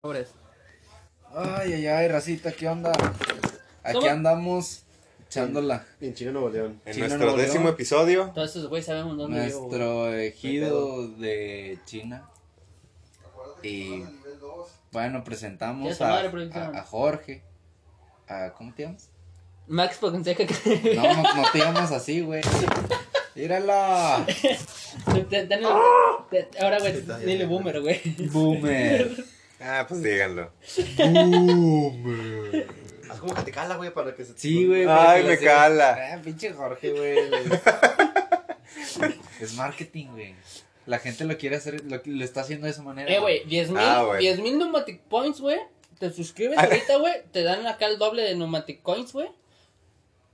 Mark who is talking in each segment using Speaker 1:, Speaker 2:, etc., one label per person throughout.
Speaker 1: Pobres.
Speaker 2: Ay, ay, ay, racita, ¿qué onda? Aquí
Speaker 1: Toma.
Speaker 2: andamos echándola.
Speaker 3: En Chino Nuevo León.
Speaker 4: En
Speaker 2: Chino
Speaker 4: nuestro
Speaker 2: Nuevo León.
Speaker 4: décimo episodio,
Speaker 1: Todos esos güeyes sabemos dónde vivo.
Speaker 2: Nuestro ejido de China. Y bueno,
Speaker 1: Ya
Speaker 2: presentamos
Speaker 1: su
Speaker 2: a,
Speaker 1: madre, producción.
Speaker 2: a- a Jorge. A, ¿Cómo te llamas?
Speaker 1: Max Fonseca que.
Speaker 2: No, no, no te llamas así, güey. Mírala.
Speaker 1: Ten- ten- ten- Ahora, güey, dile boomer, güey.
Speaker 2: Boomer.
Speaker 4: ah, pues díganlo.
Speaker 2: Boomer.
Speaker 3: Haz como que te cala, güey, para que se
Speaker 2: Sí, güey.
Speaker 4: Ay,
Speaker 2: para que
Speaker 4: me
Speaker 2: lo sepas.
Speaker 4: cala.
Speaker 2: Ah, pinche Jorge, güey. es marketing, güey. La gente lo quiere hacer, lo, lo está haciendo de esa manera.
Speaker 1: Eh, güey, 10 mil,
Speaker 4: Ah, güey.
Speaker 1: 10 mil Pneumatic Points, güey. Te suscribes ahorita, güey. Te dan acá el doble de Pneumatic Coins, güey.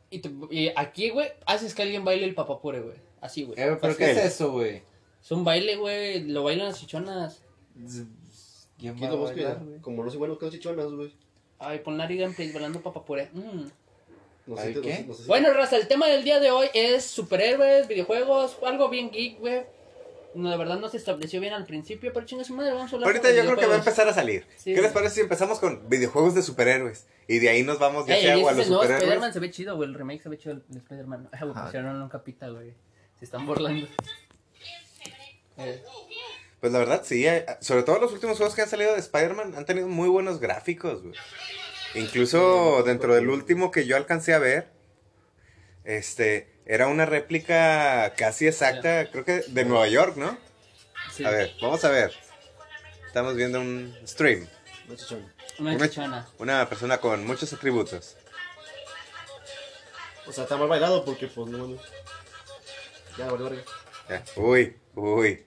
Speaker 1: Y, te- y aquí, güey, haces que alguien baile el papapure, güey. Así, güey.
Speaker 2: Eh, pero
Speaker 1: Fácil.
Speaker 2: ¿qué es
Speaker 4: Pastel.
Speaker 2: eso, güey?
Speaker 1: Es un baile, güey. Lo bailan las chichonas.
Speaker 2: ¿Quién
Speaker 3: ¿Qué
Speaker 2: va a
Speaker 3: lo busco
Speaker 2: bailar,
Speaker 3: ya?
Speaker 2: güey?
Speaker 3: Como no soy bueno con los chichonas, güey.
Speaker 1: Ay, pon la en place bailando papapure. Mm.
Speaker 3: No
Speaker 2: ¿Ay,
Speaker 3: sé, te-
Speaker 2: qué?
Speaker 3: no sé- no sé si-
Speaker 1: Bueno, raza, el tema del día de hoy es superhéroes, videojuegos, algo bien geek, güey. No, la verdad no se estableció bien al principio, pero chingas madre, vamos a hablar
Speaker 4: Ahorita
Speaker 1: sobre
Speaker 4: yo creo que va a
Speaker 1: videojuegos.
Speaker 4: empezar a salir.
Speaker 1: Sí.
Speaker 4: ¿Qué les parece si empezamos con videojuegos de superhéroes? Y de ahí nos vamos ya
Speaker 1: Ey,
Speaker 4: sea
Speaker 1: Eh, ese
Speaker 4: o a
Speaker 1: es
Speaker 4: los
Speaker 1: el nuevo
Speaker 4: superhéroes.
Speaker 1: Spider-Man se ve chido, güey. El remake se ve chido el Spider-Man. Ah, güey, pusieron un capita, güey. Se están burlando. Eh,
Speaker 4: Pues la verdad, sí. eh, Sobre todo los últimos juegos que han salido de Spider-Man han tenido muy buenos gráficos, güey. Incluso dentro del último que yo alcancé a ver, este, era una réplica casi exacta, creo que de Nueva York, ¿no?
Speaker 1: sí.
Speaker 4: A ver, vamos a ver. Estamos viendo un stream.
Speaker 3: No chichón.
Speaker 1: Una chichona.
Speaker 4: una persona con muchos atributos.
Speaker 3: O sea, está mal bailado porque, pues, no mames. Ya, vale, vale.
Speaker 4: Ya. Uy, uy.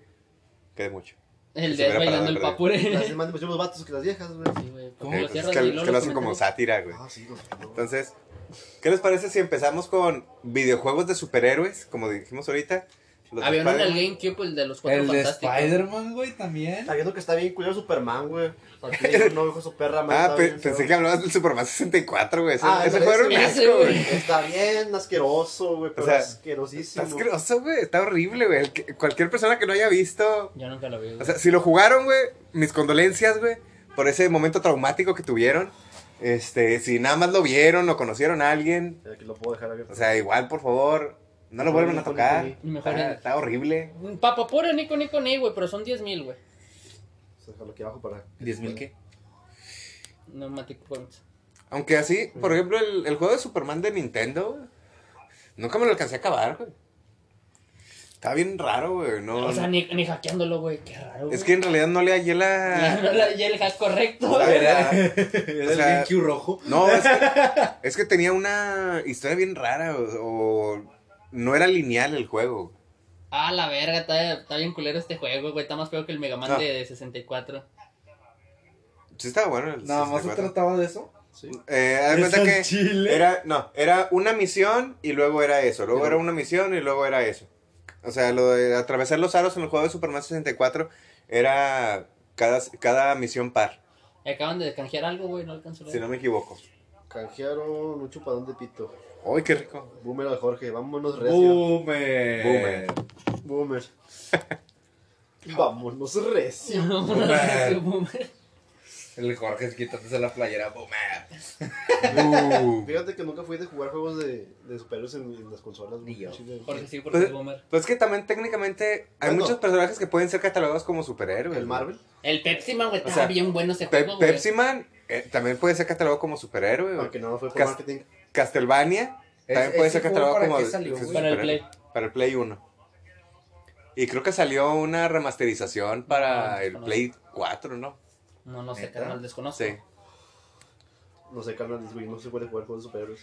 Speaker 4: Quedé mucho.
Speaker 1: El
Speaker 4: se
Speaker 1: de
Speaker 4: hubiera
Speaker 1: bailando
Speaker 4: parado,
Speaker 1: el
Speaker 4: pero-
Speaker 1: papure.
Speaker 3: Las demás me los vatos que las viejas, güey.
Speaker 1: Sí, güey,
Speaker 2: ¿Cómo?
Speaker 1: porque
Speaker 4: Eh,
Speaker 1: lo
Speaker 4: pues es
Speaker 1: cierran
Speaker 4: que,
Speaker 1: y
Speaker 4: es
Speaker 1: luego
Speaker 4: que lo
Speaker 1: los
Speaker 4: hacen como
Speaker 1: comentan.
Speaker 4: sátira, güey.
Speaker 3: Ah, sí, no.
Speaker 4: Entonces, ¿qué les parece si empezamos con videojuegos de superhéroes? Como dijimos ahorita. los de
Speaker 1: Había uno en el
Speaker 4: Spider-Man.
Speaker 1: GameCube, el de los cuatro
Speaker 2: El de
Speaker 1: fantásticos.
Speaker 2: Spider-Man, güey, también.
Speaker 3: Está viendo que está bien culero Superman, güey. Para que no dijo su perra, madre,
Speaker 4: Ah,
Speaker 3: está
Speaker 4: pe-
Speaker 3: bien
Speaker 4: pensé
Speaker 3: feo.
Speaker 4: que hablabas del Superman 64, güey. Ese,
Speaker 3: Ah,
Speaker 4: ese
Speaker 3: ese-
Speaker 4: juego era un
Speaker 1: ese,
Speaker 4: asco, güey.
Speaker 1: güey.
Speaker 3: Está bien asqueroso, güey, pero
Speaker 4: sea, Está
Speaker 3: asquerosísimo.
Speaker 4: asqueroso, güey. Está horrible, güey. El que- Cualquier persona que no haya visto.
Speaker 1: Yo nunca lo vi, güey.
Speaker 4: O sea, si lo jugaron, güey, mis condolencias, güey, por ese momento traumático que tuvieron. Este, si nada más lo vieron o conocieron a alguien,
Speaker 3: Eh, que lo puedo dejar abierto.
Speaker 4: O sea, igual, por favor, no lo vuelvan a tocar.
Speaker 1: Mejor
Speaker 4: Está,
Speaker 1: en...
Speaker 4: está horrible.
Speaker 1: Papapure, Nico, Nico, Ni, güey, pero son 10.000, güey.
Speaker 3: O sea, déjalo aquí abajo para.
Speaker 2: ¿Diez mil qué?
Speaker 1: Pneumatic Points.
Speaker 4: Aunque así, por ejemplo, el, el juego de Superman de Nintendo, güey, nunca me lo alcancé a acabar, güey. Está bien raro, güey. No,
Speaker 1: O sea, ni, ni hackeándolo, güey, qué raro, güey.
Speaker 4: es que en realidad no le
Speaker 1: Ya,
Speaker 4: hallé la...
Speaker 1: no la- ya el hack correcto,
Speaker 4: la
Speaker 1: güey.
Speaker 4: verdad.
Speaker 2: Era
Speaker 4: O sea,
Speaker 2: GameCube rojo.
Speaker 4: No, es que, es que tenía una historia bien rara o, o no era lineal el juego.
Speaker 1: Ah, la verga, está, está bien culero este juego, güey. Está más feo que el Mega Man
Speaker 4: No.
Speaker 1: de, de 64.
Speaker 4: Sí estaba bueno el
Speaker 2: Nada más se
Speaker 4: 64.
Speaker 2: trataba de eso.
Speaker 3: Sí.
Speaker 4: Eh, haz de
Speaker 2: Es
Speaker 4: cuenta
Speaker 2: al
Speaker 4: que
Speaker 2: chile.
Speaker 4: era, no, era una misión y luego era eso, luego era una misión y luego era eso. O sea, lo de atravesar los aros en el juego de Superman 64 era cada, cada misión par,
Speaker 1: Acaban de canjear algo, güey, no alcanzó la-
Speaker 4: si no me equivoco.
Speaker 3: Canjearon un chupadón de pito.
Speaker 4: ¡Ay, qué rico!
Speaker 3: Boomer de Jorge, vámonos recio.
Speaker 2: Boomer.
Speaker 4: Boomer.
Speaker 3: Boomer. vámonos recio.
Speaker 1: No, no,
Speaker 2: Boomer.
Speaker 1: no, boomer.
Speaker 2: El Jorge es quitándose la playera. Boomer.
Speaker 4: Uh.
Speaker 3: Fíjate que nunca fui de jugar juegos de, de superhéroes en, en las consolas.
Speaker 2: Ni yo.
Speaker 3: Chile.
Speaker 1: Jorge sí, porque
Speaker 4: Pues-
Speaker 1: es boomer.
Speaker 4: Pues que también técnicamente hay
Speaker 3: Bueno.
Speaker 4: muchos personajes que pueden ser catalogados como superhéroes.
Speaker 3: El Marvel.
Speaker 1: El Pepsi Man, güey,
Speaker 4: O
Speaker 1: está
Speaker 4: sea,
Speaker 1: bien bueno ese
Speaker 4: Pe-
Speaker 1: juego, güey.
Speaker 4: Pepsi Man eh, también puede ser catalogado como superhéroe. güey.
Speaker 3: Aunque no fue por
Speaker 4: Cas-
Speaker 3: marketing.
Speaker 4: Castlevania también
Speaker 2: Ese-
Speaker 4: puede
Speaker 2: ese
Speaker 4: ser
Speaker 2: juego
Speaker 4: catalogado
Speaker 2: para
Speaker 4: como
Speaker 2: qué salió, güey?
Speaker 1: Para el Play.
Speaker 4: para el Play 1. Y creo que salió una remasterización para
Speaker 1: no,
Speaker 4: el
Speaker 1: no. Ah,
Speaker 4: Play 4, ¿no?
Speaker 1: No, no sé,
Speaker 2: ¿Neta?
Speaker 1: carnal, desconozco.
Speaker 4: Sí.
Speaker 3: No sé, carnal, güey, no se puede jugar juegos de superhéroes.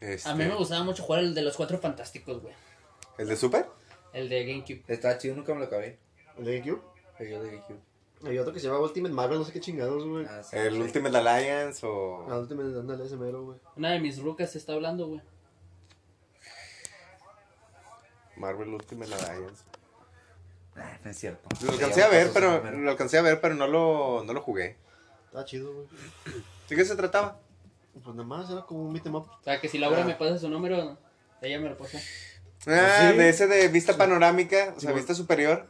Speaker 4: Este,
Speaker 1: A mí me gustaba mucho jugar el de los cuatro fantásticos, güey.
Speaker 4: ¿El de Super?
Speaker 1: El de GameCube.
Speaker 2: Estaba chido, nunca me lo acabé.
Speaker 3: ¿El de GameCube?
Speaker 2: Yo de GameCube.
Speaker 3: Hay otro que se llama Ultimate Marvel, no sé qué chingados, güey.
Speaker 2: Ah, sí,
Speaker 4: ¿El
Speaker 2: sí.
Speaker 4: Ultimate Alliance o...?
Speaker 3: Ah, Ultimate, ándale ese mero, güey.
Speaker 1: Una de mis rucas está hablando, güey.
Speaker 4: Marvel Ultimate Alliance.
Speaker 2: Ah, no es cierto.
Speaker 4: Lo alcancé a ver, pero lo alcancé a ver, pero no lo, no lo jugué.
Speaker 3: Estaba chido, güey.
Speaker 4: ¿De qué se trataba?
Speaker 3: Pues nada más era como un beat'em up.
Speaker 1: O sea, que si Laura
Speaker 3: Ah.
Speaker 1: me pasa su número, ella me lo pasa.
Speaker 4: Ah,
Speaker 3: sí.
Speaker 4: de ese de vista panorámica, o
Speaker 3: Sí,
Speaker 4: sea,
Speaker 3: bueno.
Speaker 4: vista superior.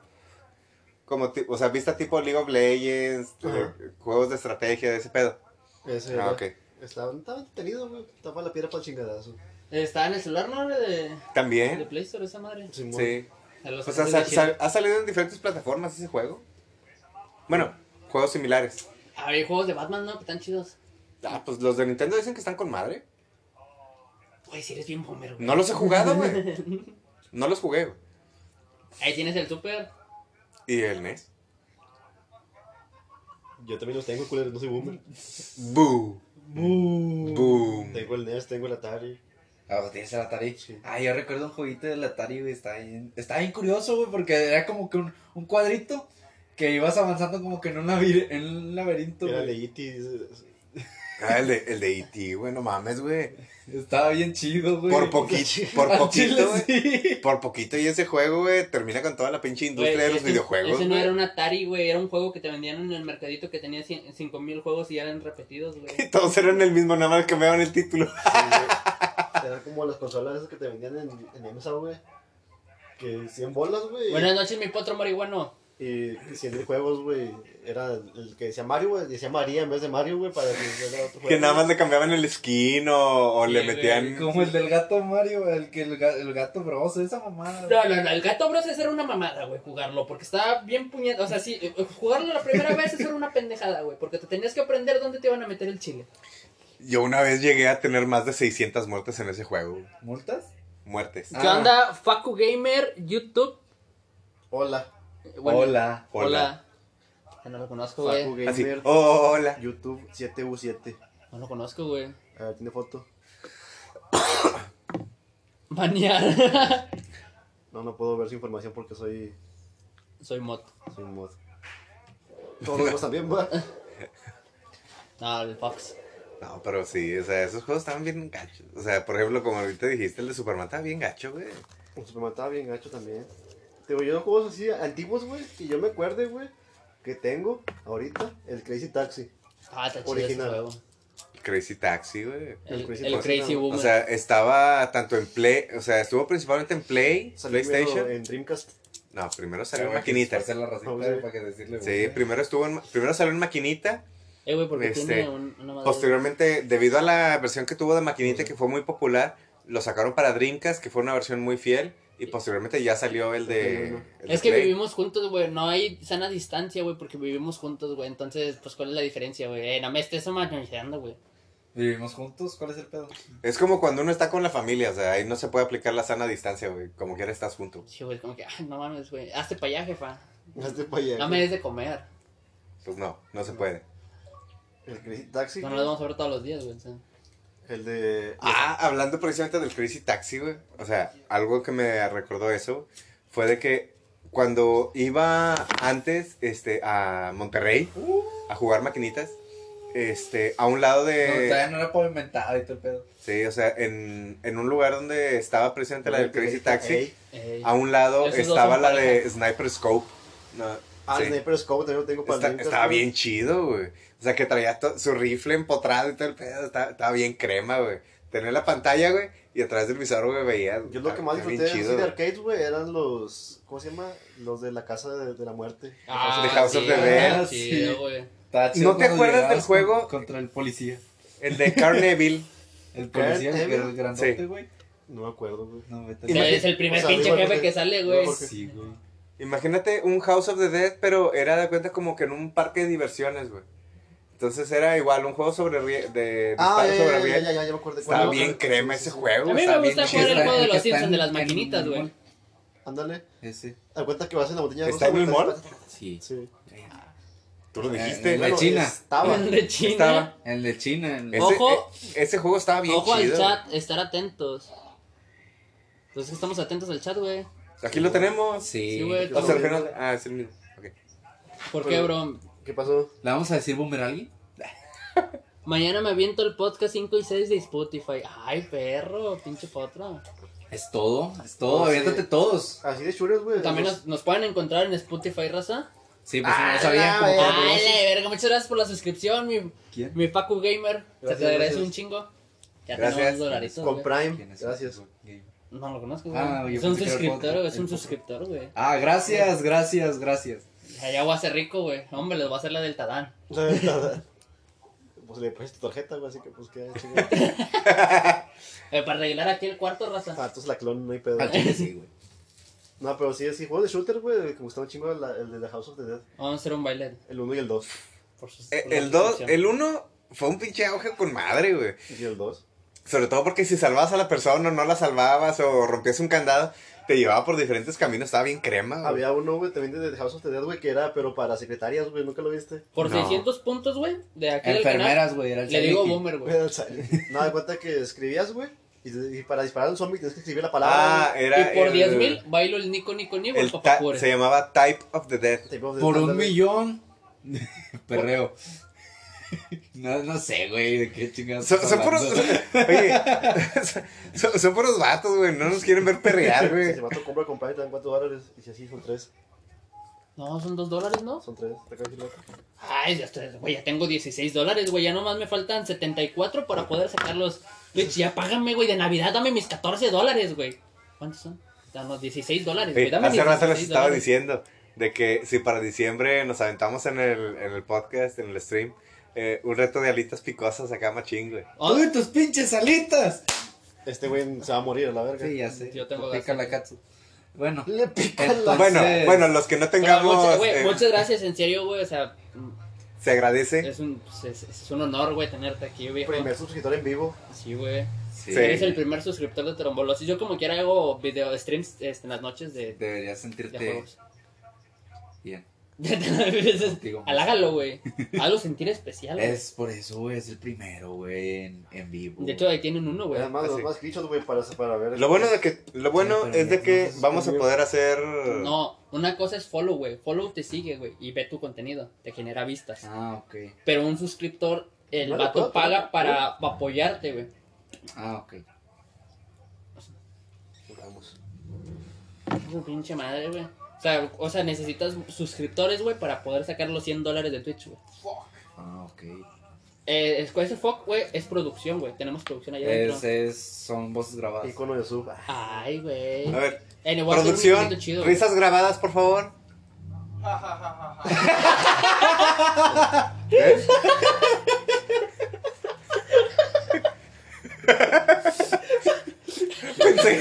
Speaker 4: como, ti- o sea, vista tipo League of Legends,
Speaker 3: Ajá.
Speaker 4: eh, juegos de estrategia, de ese pedo.
Speaker 3: Ese
Speaker 4: Ah,
Speaker 3: era.
Speaker 4: ok.
Speaker 3: Estaba, estaba detenido, güey. Tapa la piedra para el chingadazo.
Speaker 1: Está en el celular, ¿no? De, de
Speaker 4: También.
Speaker 1: Play Store, esa madre.
Speaker 3: Simón.
Speaker 4: Sí.
Speaker 1: A los
Speaker 4: ¿Eh? O sea,
Speaker 1: ojos
Speaker 4: sa-
Speaker 1: de Chile.
Speaker 4: sa- ha salido en diferentes plataformas ese juego. Bueno, juegos similares.
Speaker 1: Ah, hay juegos de Batman, ¿no? Que están chidos.
Speaker 4: Ah, pues los de Nintendo dicen que están con madre.
Speaker 1: Güey, si eres bien bomber, güey.
Speaker 4: No los he jugado, güey. No los jugué, güey.
Speaker 1: Ahí tienes el super.
Speaker 4: ¿Y el E NES?
Speaker 3: Yo también los tengo, culeros. No soy boomer.
Speaker 4: Boo. Boom.
Speaker 3: Tengo el NES, tengo el Atari.
Speaker 2: Ah, pues tienes el Atari.
Speaker 3: Sí.
Speaker 2: Ah, yo recuerdo un jueguito del Atari, güey. Está bien, está bien curioso, güey, porque era como que un, un cuadrito que ibas avanzando como que en un, labir- en un laberinto,
Speaker 3: Era E
Speaker 2: güey.
Speaker 3: de E.T.
Speaker 4: Ah, el de, el de E.T., güey, no mames, güey.
Speaker 2: Estaba bien chido, güey.
Speaker 4: Por poquito, por
Speaker 2: Al chile,
Speaker 4: poquito, güey.
Speaker 2: sí.
Speaker 4: Por poquito y ese juego, güey, termina con toda la pinche industria
Speaker 1: Güey,
Speaker 4: de los
Speaker 1: ese-
Speaker 4: videojuegos.
Speaker 1: Ese no
Speaker 4: güey.
Speaker 1: era un Atari, güey. Era un juego que te vendían en el mercadito que tenía cien- cinco mil juegos y ya eran repetidos, güey.
Speaker 4: Y todos eran el mismo, nada más cambiaban el título.
Speaker 3: Era como las consolas esas que te vendían en, en MSA, güey. Que 100 bolas, güey.
Speaker 1: Buenas noches, mi potro marihuano.
Speaker 3: Y 100 mil juegos, güey. Era el que decía Mario, güey. Decía María en vez de Mario, güey. Para que fuera otro juego.
Speaker 4: Que nada más le cambiaban el skin o, o
Speaker 1: Sí,
Speaker 4: le
Speaker 1: güey,
Speaker 4: metían.
Speaker 2: Como el del gato Mario, el que el, ga- el gato bros, esa mamada. güey.
Speaker 1: No, no, no. El gato bros es era una mamada, güey, jugarlo. Porque estaba bien puñet. O sea, sí, eh, jugarlo la primera vez eso era una pendejada, güey. Porque te tenías que aprender dónde te iban a meter el chile.
Speaker 4: Yo una vez llegué a tener más de 600 muertes en ese juego.
Speaker 2: ¿Multas?
Speaker 4: Muertes.
Speaker 1: ¿Qué
Speaker 2: Ah.
Speaker 1: onda, Facu Gamer, YouTube?
Speaker 3: Hola.
Speaker 1: Bueno,
Speaker 2: Hola.
Speaker 1: Hola. Ah, No lo conozco,
Speaker 3: Facu
Speaker 1: güey.
Speaker 3: Gamer.
Speaker 4: Así, Oh. hola.
Speaker 3: YouTube 7U7.
Speaker 1: No lo conozco, güey.
Speaker 3: A ver, tiene foto.
Speaker 1: Banear.
Speaker 3: No, no puedo ver su información porque soy,
Speaker 1: Soy moto.
Speaker 3: soy un mod. Todos los demás también, va.
Speaker 1: No, el Fox.
Speaker 4: No, pero sí, o sea, esos juegos estaban bien gachos. O sea, por ejemplo, como ahorita dijiste, el de Superman estaba bien gacho, güey.
Speaker 3: Un Superman estaba bien gacho también. Te digo, yo los juegos así antiguos, güey, que yo me acuerde, güey, que tengo ahorita, el Crazy Taxi.
Speaker 1: Ah, está chido ese
Speaker 3: Original.
Speaker 1: juego.
Speaker 4: Crazy Taxi, güey.
Speaker 1: El,
Speaker 3: El Crazy
Speaker 1: el
Speaker 3: Taxi,
Speaker 1: Crazy
Speaker 3: no.
Speaker 1: Boomer.
Speaker 4: O sea, estaba tanto en Play, o sea, estuvo principalmente en Play,
Speaker 3: Salió
Speaker 4: PlayStation.
Speaker 3: primero en Dreamcast.
Speaker 4: No, primero salió en
Speaker 2: Para Ah, que
Speaker 4: Maquinita.
Speaker 2: disfrace la racita,
Speaker 3: Ah, güey.
Speaker 2: para que decirle,
Speaker 4: Sí,
Speaker 2: güey.
Speaker 4: primero estuvo en, ma- primero salió en Maquinita,
Speaker 1: eh, güey, porque
Speaker 4: este,
Speaker 1: tiene un- una madre.
Speaker 4: posteriormente debido a la versión que tuvo de Maquinita que fue muy popular, lo sacaron para Dreamcast, que fue una versión muy fiel y posteriormente ya salió el de el de
Speaker 1: Es que
Speaker 4: Play.
Speaker 1: vivimos juntos, güey. No hay sana distancia, güey, porque vivimos juntos, güey. Entonces, pues, ¿cuál es la diferencia, güey? Eh, no me estés homenajeando, güey.
Speaker 2: ¿Vivimos juntos? ¿Cuál es el pedo?
Speaker 4: Es como cuando uno está con la familia, o sea, ahí no se puede aplicar la sana distancia, güey, como quiera estás junto.
Speaker 1: Sí, güey, como que, ah, no mames, güey. Hazte para allá, jefa.
Speaker 3: Hazte Este pa' allá.
Speaker 1: No me des de comer.
Speaker 4: Pues no, no se puede.
Speaker 3: El Crazy Taxi.
Speaker 1: No nos vamos a ver todos los días, güey. o sea.
Speaker 3: El de.
Speaker 4: Ah, hablando precisamente del Crazy Taxi, güey. O sea, algo que me recordó eso fue de que cuando iba antes este, a Monterrey a jugar maquinitas, este, a un lado
Speaker 2: No, todavía
Speaker 4: de...
Speaker 2: no era pavimentado y todo el pedo.
Speaker 4: Sí, o sea, en, en un lugar donde estaba presente la del este Crazy Taxi,
Speaker 3: Ey.
Speaker 1: Ey.
Speaker 4: a un lado
Speaker 1: Esos dos
Speaker 4: estaba
Speaker 1: son
Speaker 4: la de Sniper Scope. No,
Speaker 3: Ah,
Speaker 4: sí.
Speaker 3: Sniper Scope también lo tengo para el
Speaker 4: Está-
Speaker 3: Dreamcast,
Speaker 4: estaba
Speaker 3: güey.
Speaker 4: bien chido, güey. O sea, que traía to- su rifle empotrado y todo el pedo. Estaba, estaba bien crema, güey. Tenía la pantalla, güey, y atrás del visor, güey, veía.
Speaker 3: Yo lo que más
Speaker 4: estaba bien
Speaker 3: disfruté así
Speaker 4: chido,
Speaker 3: de
Speaker 4: güey.
Speaker 3: arcades, güey, eran los. ¿Cómo se llama? Los de la Casa de, de la Muerte.
Speaker 1: Ah,
Speaker 4: The House of
Speaker 1: sí,
Speaker 4: the Dead.
Speaker 1: ah, sí, güey.
Speaker 2: Estaba chido
Speaker 4: ¿No te
Speaker 2: cuando
Speaker 4: acuerdas
Speaker 2: llegabas
Speaker 4: del juego?
Speaker 2: con- Contra el policía.
Speaker 4: El de Carneville.
Speaker 2: El policía, el, que era el
Speaker 4: Sí.
Speaker 2: grandote, güey.
Speaker 3: No me acuerdo, güey.
Speaker 2: No, me
Speaker 1: O sea, es el primer
Speaker 3: O sea,
Speaker 1: pinche
Speaker 3: digo,
Speaker 1: jefe
Speaker 3: porque-
Speaker 1: que sale,
Speaker 3: no,
Speaker 1: güey.
Speaker 3: porque-
Speaker 2: Sí, güey.
Speaker 4: Imagínate un House of the Dead, pero era de cuenta como que en un parque de diversiones, güey. Entonces era igual, un juego sobre rie- de
Speaker 3: Ah,
Speaker 4: disparos
Speaker 3: ya,
Speaker 4: sobre
Speaker 3: ya, ya,
Speaker 4: riel.
Speaker 3: ya, ya, ya me acuerdo.
Speaker 4: Estaba
Speaker 3: Bueno,
Speaker 4: bien
Speaker 3: sí,
Speaker 4: crema
Speaker 3: sí,
Speaker 4: ese
Speaker 3: sí.
Speaker 4: juego.
Speaker 1: A mí me
Speaker 4: estaba bien
Speaker 1: gusta
Speaker 4: chido.
Speaker 1: jugar el juego de
Speaker 2: El que
Speaker 1: los
Speaker 2: está
Speaker 1: Simpsons de
Speaker 2: en-
Speaker 1: las
Speaker 2: en-
Speaker 1: maquinitas, güey.
Speaker 3: Ándale.
Speaker 2: Ese.
Speaker 3: Da cuenta que vas en la montaña
Speaker 4: ¿Está en el mall?
Speaker 2: Sí.
Speaker 3: Sí.
Speaker 4: Tú lo
Speaker 2: Eh,
Speaker 4: dijiste.
Speaker 2: en la
Speaker 4: Bueno,
Speaker 2: China.
Speaker 3: Estaba.
Speaker 1: De China.
Speaker 4: Estaba.
Speaker 2: El de China. El...
Speaker 4: Ese,
Speaker 1: Ojo.
Speaker 4: e- ese juego estaba bien
Speaker 1: Ojo
Speaker 4: chido.
Speaker 1: al
Speaker 4: güey.
Speaker 1: chat, estar atentos. Pues es que estamos atentos al chat, güey.
Speaker 4: Aquí lo tenemos.
Speaker 1: Sí, güey.
Speaker 4: O sea, al final. Ah, es el mismo. Ok.
Speaker 1: ¿Por
Speaker 3: Pero-
Speaker 1: qué, bro?
Speaker 3: ¿Qué pasó?
Speaker 2: ¿Le vamos a decir boomer a alguien?
Speaker 1: Mañana me aviento el podcast 5 y 6 de Spotify. Ay, perro, pinche potro.
Speaker 2: Es todo, es todo.
Speaker 3: Oh, sí.
Speaker 2: aviéntate todos.
Speaker 3: Así de churas, güey.
Speaker 1: También
Speaker 3: Los-
Speaker 1: nos, nos pueden encontrar en Spotify, raza.
Speaker 2: Sí, pues si
Speaker 3: Ah,
Speaker 2: no sabían
Speaker 3: la
Speaker 2: cómo.
Speaker 3: verga.
Speaker 1: Ay, la verga, muchas gracias por la suscripción, mi,
Speaker 2: ¿Quién?
Speaker 1: mi Facu Gamer. Se
Speaker 3: Gracias,
Speaker 1: te agradece
Speaker 3: gracias.
Speaker 1: un chingo. Ya
Speaker 4: Gracias.
Speaker 1: tenemos dolaritos.
Speaker 3: Con
Speaker 1: güey.
Speaker 3: Prime.
Speaker 2: ¿Quién es?
Speaker 3: Gracias.
Speaker 1: No lo conozco, güey.
Speaker 2: Ah, yo
Speaker 1: es un
Speaker 2: pensé que era el
Speaker 1: suscriptor,
Speaker 2: potro.
Speaker 1: güey, es un
Speaker 2: El potro.
Speaker 1: suscriptor, güey.
Speaker 2: Ah, gracias, gracias, gracias.
Speaker 1: Allá voy a ser rico, güey. Hombre, les voy a hacer la del Tadán.
Speaker 3: Pues le pones tu tarjeta, güey, así que pues queda chido.
Speaker 1: Eh, para arreglar aquí el cuarto, raza.
Speaker 3: Ah, entonces la clon no hay pedo.
Speaker 4: Al chile sí, güey.
Speaker 3: No, pero sí, sí, juegos de shooter, güey, el que me gustaba un chingo la- el de The House of the Dead,
Speaker 1: Vamos a hacer un baile.
Speaker 3: el 1 y el 2.
Speaker 1: Por sus-
Speaker 4: Eh,
Speaker 1: por la
Speaker 4: El 2,
Speaker 1: suscripción.
Speaker 4: el 1 fue un pinche auge con madre, güey.
Speaker 3: Y el 2.
Speaker 4: Sobre todo porque si salvabas a la persona o no la salvabas o rompías un candado, te llevaba por diferentes caminos, estaba bien crema, Ah, güey.
Speaker 3: Había uno, güey, también de The House of the Dead, güey, que era, pero para secretarias, güey, nunca lo viste.
Speaker 1: Por
Speaker 4: No.
Speaker 1: 600 puntos, güey, de aquel
Speaker 2: Enfermeras, güey. Era el
Speaker 1: Le digo
Speaker 2: Shariki.
Speaker 1: boomer, güey.
Speaker 3: No, de cuenta que escribías, güey, y, y para disparar a un zombie tienes que escribir la
Speaker 4: Ah,
Speaker 3: palabra.
Speaker 4: era.
Speaker 1: Y por
Speaker 4: el-
Speaker 1: 10 mil bailo el Nico Nico Nico, el
Speaker 4: el
Speaker 1: papá
Speaker 4: ta-
Speaker 1: pobre.
Speaker 4: se llamaba Type of the Dead.
Speaker 3: Type of the
Speaker 2: Por
Speaker 3: Dead,
Speaker 2: un
Speaker 3: ándale.
Speaker 2: millón. Perreo. No, no sé, güey, de qué chingados.
Speaker 4: Son,
Speaker 2: estás
Speaker 4: son puros.
Speaker 2: hablando.
Speaker 4: Oye, son, son puros vatos, güey. No nos quieren ver perrear,
Speaker 3: Si
Speaker 4: güey.
Speaker 3: se mató, compra, comprar y te dan 4 dólares. Y si así son 3,
Speaker 1: No, son 2 dólares, ¿no?
Speaker 3: son 3. Te acabo de decir, loco.
Speaker 1: Ay, ya, estoy- güey, ya tengo 16 dólares, güey. Ya nomás me faltan 74 para poder sacarlos. Lich, ya págame, güey, de Navidad. Dame mis 14 dólares, güey. ¿Cuántos son? Danos 16 dólares,
Speaker 4: Sí,
Speaker 1: güey. Dame
Speaker 4: hace
Speaker 1: mis
Speaker 4: rato les
Speaker 1: 16
Speaker 4: estaba
Speaker 1: dólares.
Speaker 4: diciendo de que si para diciembre nos aventamos en el, en el podcast, en el stream, eh, un reto de alitas picosas acá machín, güey.
Speaker 1: Oh,
Speaker 2: ¡Uy, tus pinches alitas!
Speaker 3: Este güey se va a morir a la verga.
Speaker 2: Sí, ya sé.
Speaker 1: Yo tengo
Speaker 2: Pica
Speaker 1: ganas.
Speaker 2: la katsu. Bueno,
Speaker 3: Le pica la-
Speaker 2: Entonces-
Speaker 4: Bueno, bueno, los que no
Speaker 1: pero
Speaker 4: tengamos.
Speaker 1: muchas, güey,
Speaker 4: eh,
Speaker 1: muchas gracias, en serio, güey. O sea,
Speaker 4: Se agradece.
Speaker 1: es un, pues, es, es un honor, güey, tenerte aquí, viejo.
Speaker 3: Primer suscriptor en vivo.
Speaker 1: Sí, güey.
Speaker 2: sí,
Speaker 4: Sí.
Speaker 1: Eres el primer suscriptor de Trombolosis. Yo como quiera hago video streams este, en las noches de, de
Speaker 2: deberías sentirte
Speaker 1: juegos.
Speaker 2: bien. Contigo.
Speaker 1: Halágalo, güey. Hazlo sentir especial. güey.
Speaker 2: Es por eso, güey, es el primero, güey, en, en vivo.
Speaker 1: De hecho, ahí tienen uno, güey.
Speaker 3: Además, los
Speaker 4: sí.
Speaker 3: más clichos, güey, para, para ver.
Speaker 4: Lo bueno de que lo bueno
Speaker 2: pero
Speaker 4: es
Speaker 2: ya
Speaker 4: de
Speaker 2: no
Speaker 4: que
Speaker 2: nos
Speaker 4: vamos a
Speaker 3: escribió.
Speaker 4: poder hacer
Speaker 1: No, una cosa es follow, güey. Follow te sigue, güey. Y ve tu contenido. Te genera vistas.
Speaker 2: Ah, ok.
Speaker 1: Pero un suscriptor, el
Speaker 3: No le
Speaker 1: vato
Speaker 3: puedo poner-
Speaker 1: paga para apoyarte, güey.
Speaker 2: Ah, ok.
Speaker 3: Vamos.
Speaker 1: Su pinche madre, güey. O sea, o sea, necesitas suscriptores, güey, para poder sacar los 100 dólares de Twitch, güey.
Speaker 2: Ah, ok.
Speaker 1: Eh, es- ese fuck, güey, es producción, güey. Tenemos producción allá
Speaker 2: Es,
Speaker 1: adentro.
Speaker 2: es, son voces grabadas.
Speaker 3: Icono de sub.
Speaker 1: Ay, güey.
Speaker 4: a ver,
Speaker 1: Eh, le voy a hacer un
Speaker 4: producción,
Speaker 1: momento chido, güey.
Speaker 4: risas grabadas, por favor. ¿Eh? Pensé,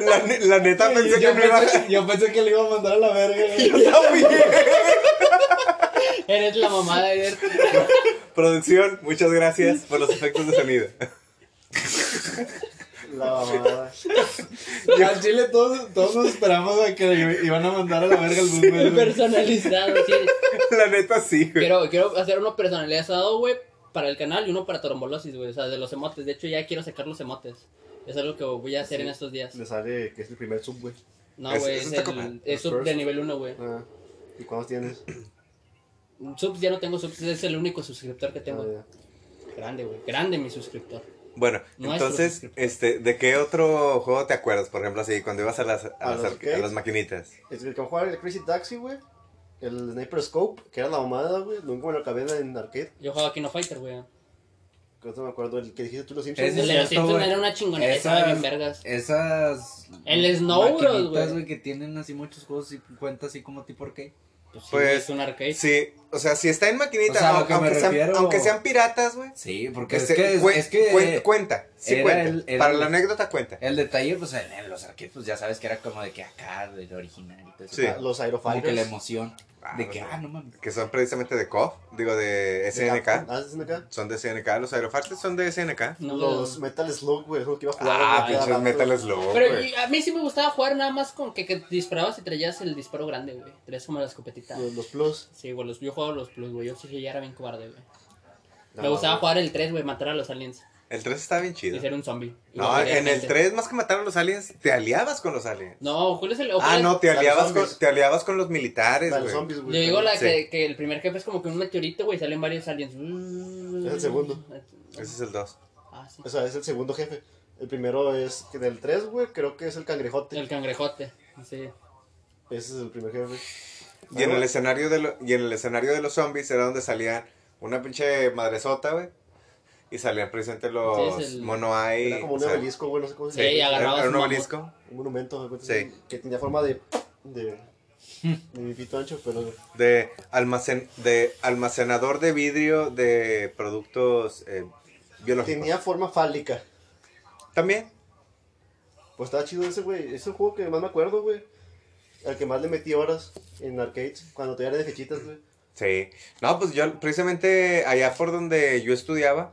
Speaker 4: la, ne- la neta pensé que me iba a...
Speaker 2: yo pensé que le iba a mandar a la verga. güey.
Speaker 4: Yo también.
Speaker 1: Eres la mamada, Eder.
Speaker 4: Producción, muchas gracias por los efectos de sonido.
Speaker 3: La mamada.
Speaker 2: Al chile todos, todos nos esperamos a que le iban a mandar a la verga el boomer. güey.
Speaker 1: Personalizado, sí.
Speaker 4: La neta sí, güey.
Speaker 1: Quiero, quiero hacer uno personalizado, güey, para el canal y uno para Torombolosis, güey. O sea, de los emotes. De hecho, ya quiero sacar los emotes. Es algo que voy a hacer en estos días.
Speaker 3: Le sale que es el primer sub, güey.
Speaker 1: No,
Speaker 4: Es-
Speaker 1: güey,
Speaker 4: eso
Speaker 1: es,
Speaker 4: está
Speaker 1: el-
Speaker 4: con madre.
Speaker 1: es sub de nivel 1, güey.
Speaker 3: Ah, ¿Y cuántos tienes?
Speaker 1: Subs ya no tengo subs, es el único suscriptor que tengo.
Speaker 3: Ah,
Speaker 1: Grande, güey. Grande mi suscriptor.
Speaker 4: Bueno,
Speaker 1: Nuestro
Speaker 4: entonces,
Speaker 1: suscriptor.
Speaker 4: este, ¿de qué otro juego te acuerdas? Por ejemplo, así, cuando ibas a las, a
Speaker 3: ¿A
Speaker 4: las,
Speaker 3: los
Speaker 4: arque-
Speaker 3: arcades?
Speaker 4: a las maquinitas.
Speaker 3: Es que vamos a jugar el Crazy Taxi, güey. El Sniper Scope, que era la mamada, güey. Nunca me lo acabé en arcade.
Speaker 1: Yo jugaba Kino Fighter, güey.
Speaker 3: Que no me acuerdo el que dijiste tú los
Speaker 2: Ese
Speaker 1: El
Speaker 2: es
Speaker 3: Simpsons.
Speaker 1: de
Speaker 2: cierto,
Speaker 1: los Simpsons
Speaker 2: güey.
Speaker 1: era una chingoneta,
Speaker 2: Esas-
Speaker 1: bien vergas.
Speaker 2: Esas.
Speaker 1: El Snow Bros,
Speaker 2: maquinitas,
Speaker 1: güey.
Speaker 2: Que tienen así muchos juegos y cuenta así como tipo arcade.
Speaker 1: Pues, sí,
Speaker 4: Pues,
Speaker 1: es un arcade.
Speaker 4: Sí, o sea, si está en maquinita,
Speaker 2: O sea, a lo
Speaker 4: aunque,
Speaker 2: que me
Speaker 4: aunque sean,
Speaker 2: refiero-
Speaker 4: aunque sean piratas, güey.
Speaker 2: Sí, porque
Speaker 4: este,
Speaker 2: es que.
Speaker 4: cuen-
Speaker 2: es que
Speaker 4: cuen- cuenta, sí
Speaker 2: era
Speaker 4: cuenta.
Speaker 2: el- era
Speaker 4: Para
Speaker 2: el-
Speaker 4: la anécdota cuenta.
Speaker 2: el detalle, pues en, en los arcades, pues ya sabes que era como de que acá, del original y todo eso.
Speaker 4: Sí.
Speaker 3: Ah,
Speaker 2: Como
Speaker 3: Los
Speaker 2: que la
Speaker 3: Aerofighters.
Speaker 2: emoción
Speaker 4: Ah,
Speaker 2: de
Speaker 4: no
Speaker 2: que,
Speaker 4: sé.
Speaker 2: ah, no mames.
Speaker 4: Que son precisamente de KOF, digo, de SNK.
Speaker 3: Ah, SNK.
Speaker 4: Son de SNK, los aerofartes son de SNK.
Speaker 1: No,
Speaker 3: Los
Speaker 1: no.
Speaker 3: Metal Slug, güey. Es lo que iba a jugar.
Speaker 4: Ah,
Speaker 3: güey, cada
Speaker 4: pinches
Speaker 3: rato.
Speaker 4: Metal Slug,
Speaker 1: Pero
Speaker 4: güey.
Speaker 1: y a mí sí me gustaba jugar nada más con que, que disparabas y traías el disparo grande, güey. Traías como la escopetita.
Speaker 3: Los, los Plus.
Speaker 1: Sí, güey, los, yo jugaba los plus, güey. Yo sí que ya era bien cobarde, güey. me
Speaker 3: No,
Speaker 1: gustaba
Speaker 3: güey.
Speaker 1: jugar el 3, güey, matar a los aliens
Speaker 4: El 3 está bien
Speaker 1: y
Speaker 4: chido.
Speaker 1: ser un zombie. Y
Speaker 4: No,
Speaker 1: matar a
Speaker 4: en el
Speaker 1: gente.
Speaker 4: 3, más que matar a los aliens, te aliabas con los aliens.
Speaker 1: No, ¿cuál es el.?
Speaker 4: Ah,
Speaker 1: cuál es-
Speaker 4: no, te
Speaker 3: a los
Speaker 4: aliabas, con,
Speaker 3: zombies.
Speaker 4: te aliabas con los militares,
Speaker 3: La de los
Speaker 4: güey.
Speaker 3: zombies,
Speaker 1: Yo
Speaker 3: güey.
Speaker 1: digo la
Speaker 4: Sí.
Speaker 1: que, que el primer jefe es como que un meteorito, güey, y salen varios aliens. Es
Speaker 3: el segundo.
Speaker 4: Ese es el 2.
Speaker 1: Ah, sí.
Speaker 3: O sea, es el segundo jefe. El primero es que del 3, güey, creo que es el cangrejote.
Speaker 1: El cangrejote. Sí.
Speaker 3: Ese es el primer jefe.
Speaker 4: Y en, el
Speaker 3: Luego-
Speaker 4: escenario de lo- y en el escenario de los zombies era donde salían una pinche madresota, güey. Y salían precisamente los
Speaker 1: Sí, es el-
Speaker 4: Monoai.
Speaker 3: Era como
Speaker 4: o
Speaker 3: un
Speaker 4: sea,
Speaker 3: obelisco, güey, no sé cómo se
Speaker 1: Sí,
Speaker 3: llama.
Speaker 1: agarrabas
Speaker 4: era- era un
Speaker 1: un
Speaker 3: pues,
Speaker 4: obelisco.
Speaker 3: Un monumento, güey,
Speaker 4: Sí.
Speaker 3: que tenía forma de. de Ni mi pito ancho, pero.
Speaker 4: De, almacen, de almacenador de vidrio de productos eh, biológicos.
Speaker 3: Tenía forma fálica.
Speaker 4: También.
Speaker 3: Pues estaba chido ese, güey. Es el juego que más me acuerdo, güey. Al que más le metí horas en arcades. Cuando todavía era de fichitas, güey.
Speaker 4: Sí. No, pues yo precisamente allá por donde yo estudiaba,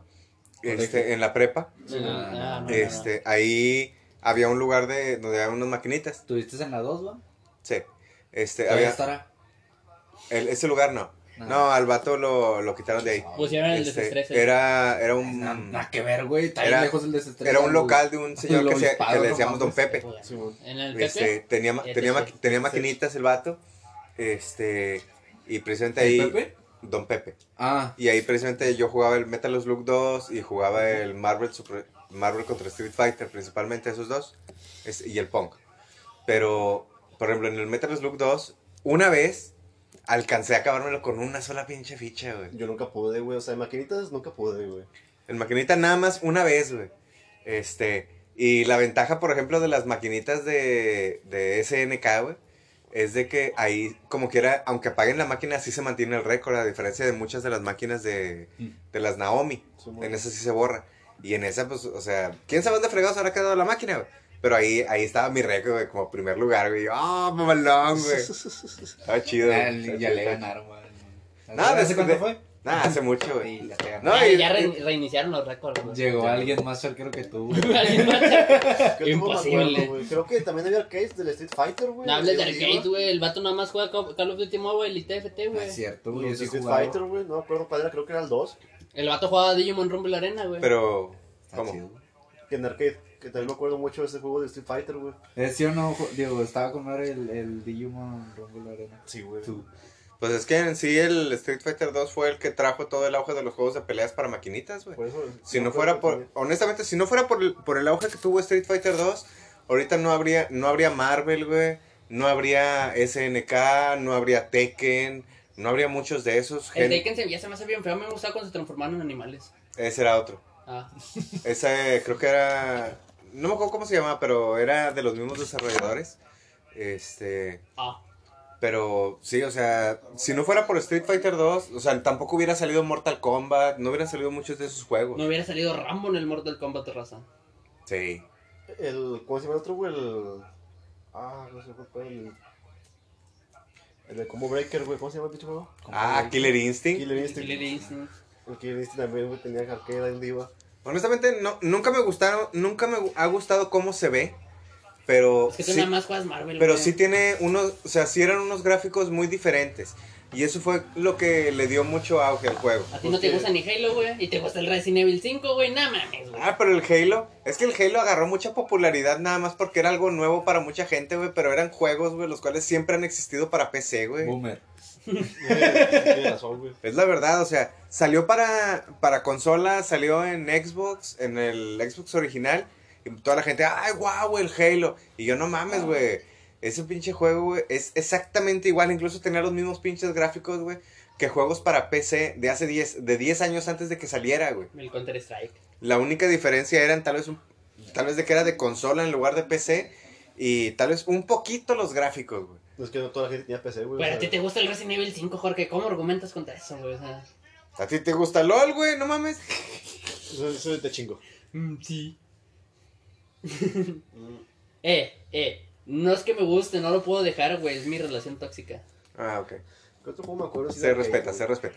Speaker 2: Correcto.
Speaker 4: este, en la prepa,
Speaker 2: Ah,
Speaker 1: Ah, no, no, no.
Speaker 4: este, ahí había un lugar de donde había unas maquinitas.
Speaker 2: ¿Tuviste en la 2, va?
Speaker 4: Sí. Este,
Speaker 2: Todavía
Speaker 4: había,
Speaker 2: estará.
Speaker 4: el- ese lugar no.
Speaker 2: No.
Speaker 4: No, al vato lo, lo quitaron de ahí.
Speaker 1: Pusieron el
Speaker 4: Este,
Speaker 1: desestrés. ahí.
Speaker 4: era, era
Speaker 2: Pues, Nada,
Speaker 4: un
Speaker 2: nada que ver, güey. Está
Speaker 4: Era-
Speaker 2: bien lejos el desestrés.
Speaker 4: era un
Speaker 2: güey.
Speaker 4: local de un señor
Speaker 2: Lo
Speaker 4: que, se- que
Speaker 2: disparo,
Speaker 4: le
Speaker 2: no
Speaker 4: decíamos Don
Speaker 2: mames.
Speaker 4: Pepe.
Speaker 3: Simón.
Speaker 1: En el
Speaker 4: Este,
Speaker 1: Pepe.
Speaker 4: tenía, ma-
Speaker 1: Ya te
Speaker 4: tenía, ma-
Speaker 1: sé.
Speaker 4: tenía maquinitas el vato. Este, y precisamente ahí.
Speaker 2: ¿El Pepe?
Speaker 4: Don Pepe.
Speaker 2: Ah,
Speaker 4: Y ahí precisamente yo jugaba el Metal Slug 2 y jugaba el Marvel, Super- Marvel contra Street Fighter, principalmente esos dos, es- y el Pong. Pero, por ejemplo, en el Metal Slug 2, una vez alcancé a acabármelo con una sola pinche ficha, güey.
Speaker 3: Yo nunca pude, güey. O sea, en maquinitas nunca pude, güey.
Speaker 4: El maquinita nada más una vez, güey. Este, y la ventaja, por ejemplo, de las maquinitas de, de SNK, güey, es de que ahí, como quiera, aunque apaguen la máquina, sí se mantiene el récord, a diferencia de muchas de las máquinas de, de las Naomi.
Speaker 3: Simón.
Speaker 4: En esa sí se borra. Y en esa, pues, o sea, ¿quién sabe dónde fregados habrá quedado la máquina, güey? Pero ahí, ahí estaba mi récord, güey, como primer lugar, güey. Yo, ¡Ah, mamalón, güey! Estaba chido.
Speaker 2: ya,
Speaker 4: güey.
Speaker 2: ya le ganaron, güey.
Speaker 4: Nada,
Speaker 2: ¿Hace cuánto
Speaker 4: de-
Speaker 2: fue?
Speaker 4: Nah, hace mucho, güey.
Speaker 2: Sí, ya te ganaron.
Speaker 4: No,
Speaker 1: ya,
Speaker 4: y-
Speaker 1: ya
Speaker 4: y-
Speaker 1: re- reiniciaron los récords. güey.
Speaker 2: Llegó alguien más cerquero que tú. güey.
Speaker 1: Alguien más.
Speaker 3: ¿Qué tuvo más
Speaker 1: Imposible.
Speaker 3: bueno, güey? Creo que también había arcades del Street Fighter, güey.
Speaker 1: No hables de
Speaker 3: Yo digo,
Speaker 1: arcade, güey. El vato nada más juega Co- Call of Duty Mobile y TFT,
Speaker 2: No
Speaker 1: güey.
Speaker 2: Ah,
Speaker 4: Ah,
Speaker 2: es cierto,
Speaker 3: los
Speaker 2: güey. Yo sí
Speaker 3: Street
Speaker 2: jugaba.
Speaker 3: Fighter, güey. No me acuerdo cuál era. Creo que era el 2.
Speaker 1: El vato jugaba Digimon Rumble Arena, güey.
Speaker 4: Pero,
Speaker 2: Está chido,
Speaker 4: ¿cómo?
Speaker 2: güey.
Speaker 3: Que en arcade. Que también me acuerdo mucho de ese juego de Street Fighter, güey.
Speaker 2: Eh, sí o no, ju- digo, estaba con madre el, el Digimon Rumble Arena.
Speaker 3: Sí, güey.
Speaker 2: Tú.
Speaker 4: Pues es que en sí el Street Fighter 2 fue el que trajo todo el auge de los juegos de peleas para maquinitas, güey.
Speaker 3: Por eso,
Speaker 4: Si
Speaker 3: me
Speaker 4: no
Speaker 3: acuerdo
Speaker 4: fuera
Speaker 3: que
Speaker 4: por,
Speaker 3: tenía-
Speaker 4: honestamente, si no fuera por el, por el auge que tuvo Street Fighter 2, ahorita no habría, no habría Marvel, güey, no habría SNK, no habría Tekken, no habría muchos de esos.
Speaker 1: el
Speaker 4: gen-
Speaker 1: Tekken se, ya se me hace bien feo. Me gustaba cuando se transformaron en animales.
Speaker 4: Ese era otro.
Speaker 1: Ah,
Speaker 4: Ese creo que era, no me acuerdo cómo se llamaba, pero era de los mismos desarrolladores. Este,
Speaker 1: ah.
Speaker 4: Pero sí, o sea, si no fuera por Street Fighter 2, o sea, tampoco hubiera salido Mortal Kombat, no hubieran salido muchos de esos juegos.
Speaker 1: No hubiera salido Rambo en el Mortal Kombat, raza.
Speaker 4: Sí.
Speaker 3: El, ¿Cómo se llama el otro, güey? El. Ah, no sé cuál fue el. El de Combo Breaker, güey. ¿Cómo se llama el pinche juego?
Speaker 4: Ah, Killer Instinct.
Speaker 3: Killer Instinct.
Speaker 1: Killer Instinct.
Speaker 3: El Killer Instinct también, güey. Tenía arcade ahí donde iba.
Speaker 4: Honestamente, no, nunca me gustaron, nunca me gu- ha gustado cómo se ve, pero
Speaker 1: Es que tú
Speaker 4: sí,
Speaker 1: nada más juegas Marvel,
Speaker 4: pero
Speaker 1: güey.
Speaker 4: sí tiene unos, o sea, sí eran unos gráficos muy diferentes. Y eso fue lo que le dio mucho auge al juego.
Speaker 1: A ti no te
Speaker 3: Porque-
Speaker 1: gusta ni Halo, güey. Y te gusta el Resident Evil 5, güey. Nada mames, güey.
Speaker 4: Ah, pero el Halo, es que el Halo agarró mucha popularidad nada más porque era algo nuevo para mucha gente, güey, pero eran juegos, güey, los cuales siempre han existido para PC, güey.
Speaker 2: Boomer.
Speaker 3: Tiene razón, güey.
Speaker 4: Es la verdad, o sea, salió para, para consola, salió en Xbox, en el Xbox original, y toda la gente, ay, guau, güey, el Halo. Y yo, no mames, güey, ese pinche juego, güey, es exactamente igual, incluso tenía los mismos pinches gráficos, güey, que juegos para PC de hace 10, de 10 años antes de que saliera, güey.
Speaker 1: El Counter Strike.
Speaker 3: Pues,
Speaker 4: La única diferencia eran tal vez, un, tal vez de que era de consola en lugar de PC, y tal vez un poquito los gráficos, güey.
Speaker 3: No, Es que no toda la gente tenía PC, güey.
Speaker 1: Pero
Speaker 3: o
Speaker 1: a ti
Speaker 3: sea,
Speaker 1: te gusta el Resident Evil 5, Jorge. ¿Cómo argumentas contra eso, güey? O sea,
Speaker 4: ¿A ti te gusta LOL, güey? No mames.
Speaker 3: Eso, eso te chingo.
Speaker 1: sí. eh, eh. No es que me guste, no lo puedo dejar, güey. Es mi relación tóxica.
Speaker 4: Ah, ok.
Speaker 3: ¿Qué otro juego me acuerdo? así de
Speaker 4: Se
Speaker 3: arcade,
Speaker 4: respeta,
Speaker 3: güey?
Speaker 4: se respeta.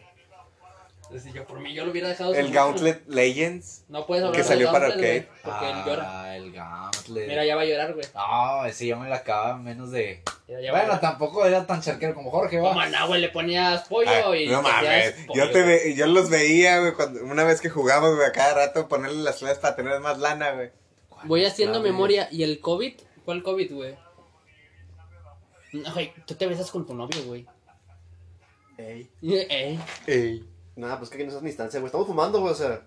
Speaker 1: Entonces, yo por mí yo lo hubiera dejado.
Speaker 4: El
Speaker 1: sin-
Speaker 4: Gauntlet Legends.
Speaker 1: No puedes hablar
Speaker 4: que
Speaker 1: del
Speaker 4: salió para
Speaker 1: Gauntlet,
Speaker 4: arcade.
Speaker 1: güey, Porque él llora.
Speaker 2: Ah, el Gauntlet.
Speaker 1: Mira, ya va a llorar, güey.
Speaker 2: No, ese yo me lo acababa en menos de.
Speaker 1: Ya, ya va a
Speaker 2: bueno,
Speaker 1: llorar.
Speaker 2: tampoco era tan charquero como Jorge,
Speaker 1: Como
Speaker 2: va.
Speaker 1: al Nahuel le ponías pollo
Speaker 4: Ay,
Speaker 1: y.
Speaker 4: Ah, no
Speaker 1: te hacías
Speaker 4: mames,
Speaker 1: pollo,
Speaker 4: yo, te
Speaker 1: güey.
Speaker 4: ve- yo los veía, güey, cuando- una vez que jugamos, güey, a cada rato ponerle las claves para tener más lana, güey.
Speaker 1: Voy haciendo
Speaker 2: Mames.
Speaker 1: memoria. ¿Y el COVID? ¿Cuál COVID, güey? No, güey, tú te besas con tu novio, güey.
Speaker 3: Ey.
Speaker 1: Eh,
Speaker 3: Nada, pues que aquí no estás en instancia, güey. Estamos fumando, güey, o sea.